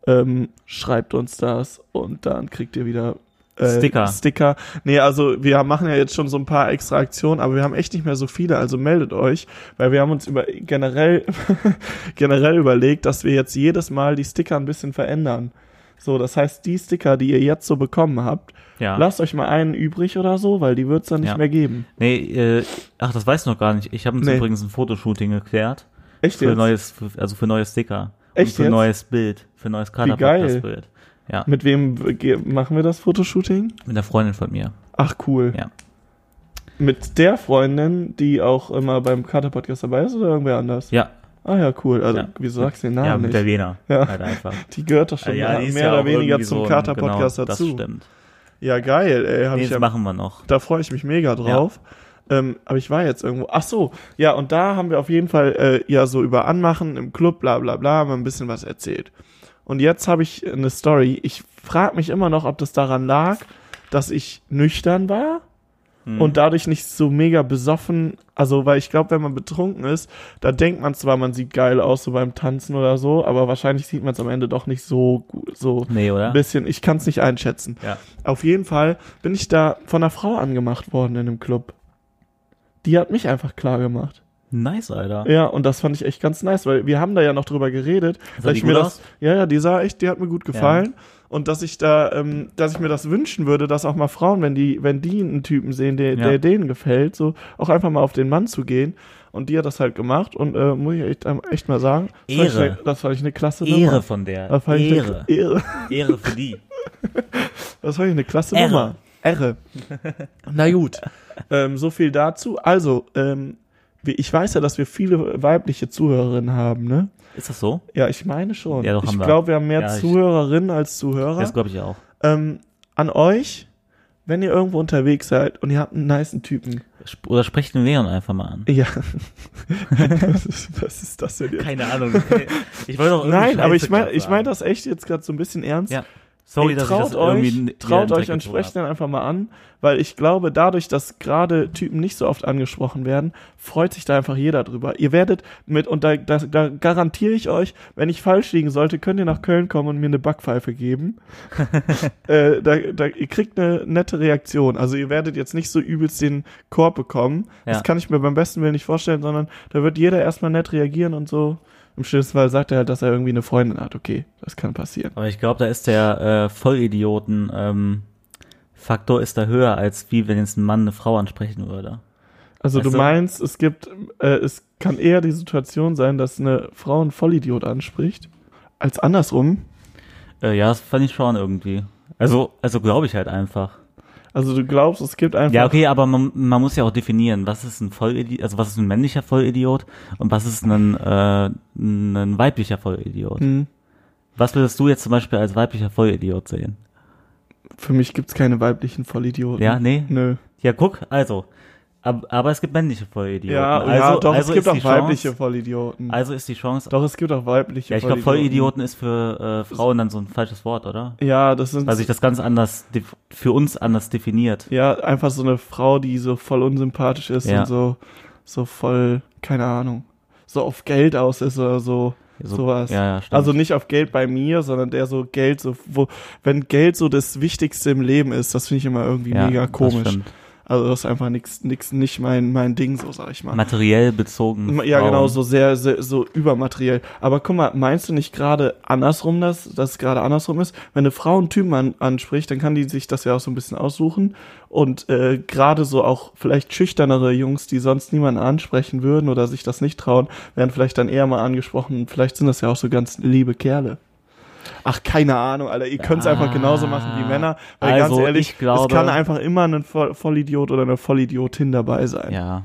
S4: Ähm, schreibt uns das und dann kriegt ihr wieder äh,
S3: Sticker.
S4: Sticker. Nee, also wir machen ja jetzt schon so ein paar extra Aktionen, aber wir haben echt nicht mehr so viele, also meldet euch, weil wir haben uns über generell *laughs* generell überlegt, dass wir jetzt jedes Mal die Sticker ein bisschen verändern. So, das heißt, die Sticker, die ihr jetzt so bekommen habt,
S3: Ja.
S4: lasst euch mal einen übrig oder so, weil die wird es dann nicht
S3: Ja.
S4: mehr geben.
S3: Nee, äh, ach, das weißt du noch gar nicht. Ich habe uns
S4: Nee.
S3: übrigens ein Fotoshooting geklärt.
S4: Echt
S3: Für
S4: jetzt?
S3: neues, für, also für neues Sticker.
S4: Echt
S3: Und für
S4: jetzt?
S3: neues Bild. Für neues
S4: geil.
S3: Kader-Podcast-Bild. Ja.
S4: Mit wem ge- machen wir das Fotoshooting?
S3: Mit einer Freundin von mir.
S4: Ach cool.
S3: Ja.
S4: Mit der Freundin, die auch immer beim Kater-Podcast dabei ist oder irgendwer anders?
S3: Ja.
S4: Ah ja, cool. Also,
S3: Ja.
S4: wieso sagst du den
S3: ja,
S4: Namen
S3: mit der
S4: nicht?
S3: Lena.
S4: Ja.
S3: Halt einfach.
S4: Die gehört doch schon
S3: ja, die
S4: mehr,
S3: ist
S4: mehr
S3: ja auch
S4: oder weniger
S3: irgendwie
S4: zum
S3: so ein-
S4: Kater-Podcast
S3: genau,
S4: dazu.
S3: Das stimmt.
S4: Ja, geil, ey. Hab
S3: Nee,
S4: ich
S3: das
S4: ja
S3: machen wir noch.
S4: da freue ich mich mega drauf. Ähm, aber ich war jetzt irgendwo. Ach so, ja, und da haben wir auf jeden Fall äh, ja so über Anmachen im Club, bla bla bla, haben wir ein bisschen was erzählt. Und jetzt habe ich eine Story. Ich frage mich immer noch, ob das daran lag, dass ich nüchtern war und dadurch nicht so mega besoffen. Also, weil ich glaube, wenn man betrunken ist, da denkt man zwar, man sieht geil aus, so beim Tanzen oder so, aber wahrscheinlich sieht man es am Ende doch nicht so gut. So
S3: Nee, oder?
S4: ein bisschen, ich kann es nicht einschätzen.
S3: Ja.
S4: Auf jeden Fall bin ich da von einer Frau angemacht worden in einem Club. Die hat mich einfach klar gemacht.
S3: Nice, Alter.
S4: Ja, und das fand ich echt ganz nice, weil wir haben da ja noch drüber geredet,
S3: Sah
S4: dass
S3: die
S4: ich mir
S3: gut
S4: das,
S3: aus?
S4: ja, ja, die sah echt, die hat mir gut gefallen und dass ich da, ähm, dass ich mir das wünschen würde, dass auch mal Frauen, wenn die, wenn die einen Typen sehen, der,
S3: Ja.
S4: der denen gefällt, so auch einfach mal auf den Mann zu gehen und die hat das halt gemacht und äh, muss ich echt, ähm, echt mal sagen, Das, war
S3: Ehre.
S4: ich ne, das fand ich eine klasse
S3: Ehre
S4: Nummer.
S3: von der.
S4: Das fand ich
S3: Ehre.
S4: Eine, Ehre.
S3: Ehre für die.
S4: Das fand ich eine klasse
S3: Ehre.
S4: Nummer. Ehre.
S3: *laughs*
S4: Na gut, ähm, so viel dazu. Also, ähm, wie- ich weiß ja, dass wir viele weibliche Zuhörerinnen haben, ne?
S3: Ist das so?
S4: Ja, ich meine schon.
S3: Ja, doch,
S4: ich
S3: haben wir.
S4: glaube, wir haben mehr
S3: Ja, ich-
S4: Zuhörerinnen als Zuhörer.
S3: Das glaube ich auch.
S4: Ähm, an euch, wenn ihr irgendwo unterwegs seid und ihr habt einen nicen Typen.
S3: Sp- Oder sprecht den Leon einfach mal an. *laughs*
S4: Ja. *laughs* was, ist, was ist das denn jetzt?
S3: Keine Ahnung. Ich wollte doch irgendwie
S4: Nein,
S3: Scheiße
S4: aber ich meine
S3: grad
S4: ich
S3: sagen.
S4: mein das echt jetzt gerade so ein bisschen ernst.
S3: Ja. Sorry,
S4: Ey,
S3: dass
S4: traut
S3: ich das irgendwie
S4: euch,
S3: wieder in
S4: traut
S3: den Dreck
S4: euch und
S3: gezogen
S4: sprecht dann einfach mal an, weil ich glaube, dadurch, dass gerade Typen nicht so oft angesprochen werden, freut sich da einfach jeder drüber. Ihr werdet mit, und da, da, da garantiere ich euch, wenn ich falsch liegen sollte, könnt ihr nach Köln kommen und mir eine Backpfeife
S3: *laughs*
S4: geben. äh, da, da, ihr kriegt eine nette Reaktion. Also ihr werdet jetzt nicht so übelst den Korb bekommen.
S3: Ja.
S4: Das kann ich mir beim besten Willen nicht vorstellen, sondern da wird jeder erstmal nett reagieren und so. Im schlimmsten Fall sagt er halt, dass er irgendwie eine Freundin hat. Okay, das kann passieren.
S3: Aber ich glaube, da ist der äh, Vollidioten ähm, Faktor ist da höher als wie wenn jetzt ein Mann eine Frau ansprechen würde.
S4: Also du
S3: Weißt du?
S4: meinst, es gibt, äh, es kann eher die Situation sein, dass eine Frau einen Vollidiot anspricht, als andersrum.
S3: Äh, ja, das fand ich schon irgendwie. Also, also glaube ich halt einfach.
S4: Also du glaubst, es gibt einfach.
S3: Ja, okay, aber man, man muss ja auch definieren, was ist ein Vollidiot, also was ist ein männlicher Vollidiot und was ist ein, äh, ein weiblicher Vollidiot.
S4: Hm,
S3: Was würdest du jetzt zum Beispiel als weiblicher Vollidiot sehen?
S4: für mich gibt's keine weiblichen Vollidioten.
S3: Ja, nee?
S4: Nö.
S3: Ja, guck, also. Ab, aber es gibt männliche Vollidioten.
S4: Ja,
S3: also,
S4: ja, doch,
S3: also
S4: es gibt
S3: ist
S4: auch
S3: die
S4: weibliche
S3: Chance,
S4: Vollidioten.
S3: Also ist die Chance.
S4: doch, es gibt auch weibliche
S3: ja, ich glaube, Vollidioten ist für äh, Frauen dann so ein falsches Wort, oder?
S4: Ja, das sind
S3: Weil sich das ganz anders, def- für uns anders definiert.
S4: ja einfach so eine Frau, die so voll unsympathisch ist
S3: Ja.
S4: und so, so voll, keine Ahnung, so auf Geld aus ist oder so. sowas.
S3: Ja, ja, stimmt.
S4: Also nicht auf Geld bei mir, sondern der so Geld so, wo, wenn Geld so das Wichtigste im Leben ist, das finde ich immer irgendwie
S3: Ja,
S4: mega
S3: das
S4: komisch.
S3: stimmt.
S4: also das ist einfach nix, nix, nicht mein, mein Ding, so sag ich mal.
S3: Materiell bezogen.
S4: ja,
S3: Frauen.
S4: genau, so sehr, sehr, so übermateriell. Aber guck mal, meinst du nicht gerade andersrum, dass dass es gerade andersrum ist? Wenn eine Frau einen Typen an, anspricht, dann kann die sich das ja auch so ein bisschen aussuchen. Und äh, gerade so auch vielleicht schüchternere Jungs, die sonst niemanden ansprechen würden oder sich das nicht trauen, werden vielleicht dann eher mal angesprochen. Vielleicht sind das ja auch so ganz liebe Kerle. Ach, keine Ahnung, Alter. Ihr könnt es einfach genauso machen wie Männer. Weil ganz
S3: Also,
S4: ehrlich,
S3: ich glaube-
S4: es kann einfach immer ein Voll- Vollidiot oder eine Vollidiotin dabei sein.
S3: Ja.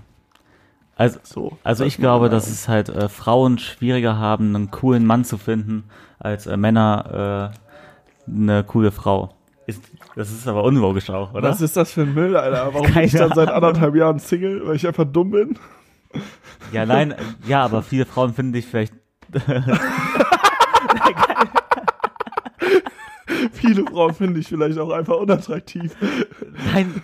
S3: Also,
S4: So,
S3: also
S4: das
S3: ich
S4: ist meine
S3: glaube,
S4: Meinung.
S3: dass es halt äh, Frauen schwieriger haben, einen coolen Mann zu finden, als äh, Männer äh, eine coole Frau. Ist, das ist aber unlogisch auch, oder?
S4: Was ist das für ein Müll, Alter? Warum bin
S3: Keine
S4: ich dann seit
S3: Ahnung.
S4: anderthalb Jahren Single? Weil ich einfach dumm bin? *laughs*
S3: Ja, nein, äh, ja, aber viele Frauen finden dich vielleicht.
S4: Viele Frauen finde ich vielleicht auch einfach unattraktiv.
S3: Nein,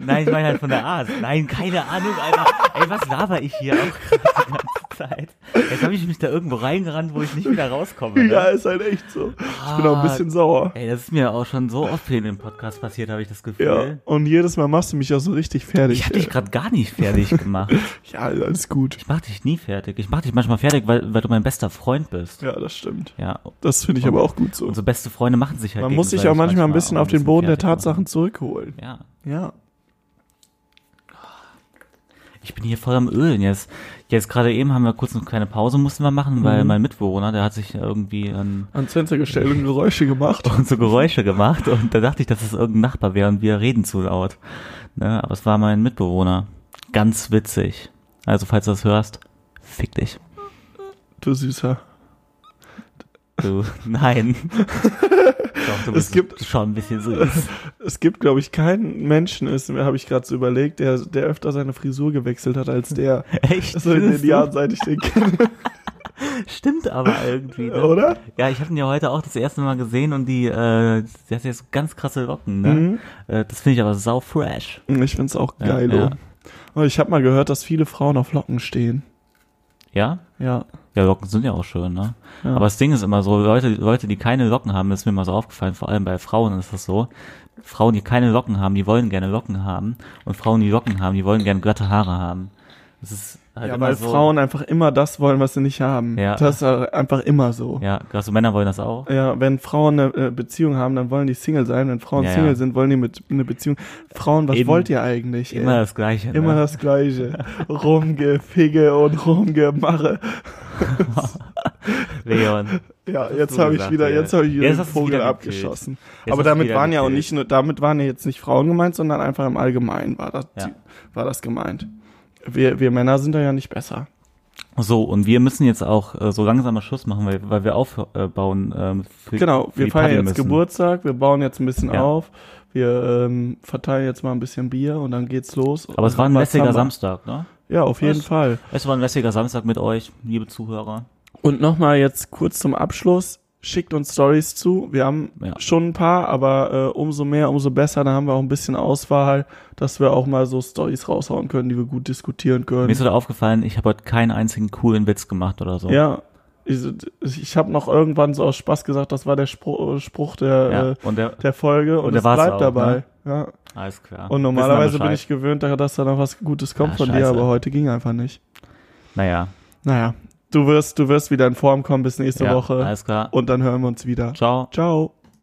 S3: nein, ich meine halt von der Art. Nein, keine Ahnung, Alter. Ey, was laber ich hier auch *laughs* die ganze Zeit? Jetzt habe ich mich da irgendwo reingerannt, wo ich nicht wieder rauskomme. Ne?
S4: Ja, ist halt echt so. Ich bin auch ein bisschen sauer.
S3: Ey, das ist mir auch schon so oft hier in dem Podcast passiert, habe ich das Gefühl.
S4: Ja, und jedes Mal machst du mich auch so richtig fertig.
S3: Ich hab dich gerade gar nicht fertig gemacht.
S4: ja, alles gut.
S3: Ich mach dich nie fertig. Ich mach dich manchmal fertig, weil, weil du mein bester Freund bist.
S4: Ja, das stimmt.
S3: Ja.
S4: Das finde ich aber auch gut so.
S3: Unsere beste Freunde machen sich halt
S4: Man muss sich auch
S3: gegenseitig
S4: manchmal ein bisschen
S3: auch
S4: auf den Boden der
S3: fertig machen.
S4: Tatsachen zurückholen.
S3: Ja.
S4: Ja.
S3: Ich bin hier voll am Ölen jetzt. Jetzt gerade eben haben wir kurz eine kleine Pause mussten wir machen,
S4: Mhm.
S3: weil mein Mitbewohner, der hat sich irgendwie ähm, *laughs*
S4: Ans Fenster gestellt und Geräusche gemacht.
S3: und so Geräusche gemacht und da dachte ich, dass es irgendein Nachbar wäre und wir reden zu laut. Ne? Aber es war mein Mitbewohner. Ganz witzig. Also falls du das hörst, fick dich.
S4: *laughs* Du Süßer.
S3: Du, *laughs*
S4: *laughs*
S3: nein. Doch, du
S4: Es
S3: bist
S4: gibt-
S3: schon ein bisschen süß.
S4: Es gibt, glaube ich, keinen Menschen, ist mir habe ich gerade so überlegt, der, der öfter seine Frisur gewechselt hat als der.
S3: Echt?
S4: So in den
S3: Findest du?
S4: *laughs* Jahren, seit ich den kenne.
S3: stimmt aber irgendwie. Ne?
S4: Oder?
S3: Ja, ich habe ihn ja heute auch das erste Mal gesehen und die, äh, sie hat ja so ganz krasse Locken. Ne?
S4: Mhm.
S3: Äh, das finde ich aber sau fresh.
S4: Ich find's auch
S3: Ja,
S4: geil.
S3: ja.
S4: oh. Und ich habe mal gehört, dass viele Frauen auf Locken stehen.
S3: Ja?
S4: Ja.
S3: Ja, Locken sind ja auch schön, ne? Aber das Ding ist immer so, Leute, Leute, die keine Locken haben, das ist mir mal so aufgefallen, vor allem bei Frauen ist das so. Frauen, die keine Locken haben, die wollen gerne Locken haben. Und Frauen, die Locken haben, die wollen gerne glatte Haare haben. Das ist halt
S4: ja,
S3: immer
S4: weil
S3: so.
S4: Frauen einfach immer das wollen, was sie nicht haben.
S3: Ja.
S4: Das ist halt einfach immer so.
S3: Ja, also Männer wollen das auch.
S4: Ja. wenn Frauen eine äh, Beziehung haben, dann wollen die Single sein. Wenn Frauen
S3: Ja,
S4: Single
S3: ja.
S4: sind, wollen die mit eine Beziehung. Frauen, was
S3: Eben.
S4: wollt ihr eigentlich?
S3: Immer
S4: ey?
S3: das Gleiche.
S4: immer
S3: ne?
S4: das Gleiche. Rumgefigge und rumgemache.
S3: Leon.
S4: Ja,
S3: hast
S4: jetzt
S3: du
S4: habe ich
S3: gesagt,
S4: wieder,
S3: ja.
S4: jetzt habe ich wieder
S3: Jetzt
S4: den
S3: hast du's
S4: Vogel
S3: wieder
S4: abgeschossen.
S3: Jetzt
S4: Aber
S3: hast du's
S4: damit
S3: wieder
S4: waren ja auch
S3: gekillt.
S4: nicht nur, damit waren ja jetzt nicht Frauen gemeint, sondern einfach im Allgemeinen war das,
S3: Ja.
S4: war das gemeint. Wir, wir Männer sind da ja nicht besser.
S3: So, und wir müssen jetzt auch äh, so langsam mal Schluss machen, weil, weil wir aufbauen. ähm, für,
S4: Genau,
S3: für
S4: wir
S3: die
S4: feiern
S3: Party
S4: jetzt
S3: müssen.
S4: Geburtstag, wir bauen jetzt ein bisschen
S3: Ja.
S4: auf, wir ähm, verteilen jetzt mal ein bisschen Bier und dann geht's los.
S3: Aber es war ein
S4: Was haben
S3: lässiger
S4: wir?
S3: Samstag, ne?
S4: Ja, auf jeden
S3: Was?
S4: Fall.
S3: Es war ein lässiger Samstag mit euch, liebe Zuhörer.
S4: Und nochmal jetzt kurz zum Abschluss. Schickt uns Stories zu. Wir haben
S3: Ja.
S4: schon ein paar, aber äh, umso mehr, umso besser. Da haben wir auch ein bisschen Auswahl, dass wir auch mal so Stories raushauen können, die wir gut diskutieren
S3: Mir ist
S4: können.
S3: heute aufgefallen, ich habe heute keinen einzigen coolen Witz gemacht oder so.
S4: Ja, ich, ich habe noch irgendwann so aus Spaß gesagt, das war der Spruch, Spruch der,
S3: Ja,
S4: äh,
S3: und der,
S4: der Folge und,
S3: der
S4: es
S3: war's
S4: bleibt
S3: auch,
S4: dabei.
S3: ne?
S4: Ja.
S3: alles klar.
S4: Und normalerweise bin ich gewöhnt, dass da noch was Gutes kommt
S3: Ja,
S4: von dir,
S3: scheiße.
S4: aber heute ging einfach nicht.
S3: Naja,
S4: Naja, du wirst, du wirst wieder in Form kommen bis nächste
S3: ja,
S4: Woche
S3: alles klar.
S4: und dann hören wir uns wieder.
S3: Ciao.
S4: Ciao.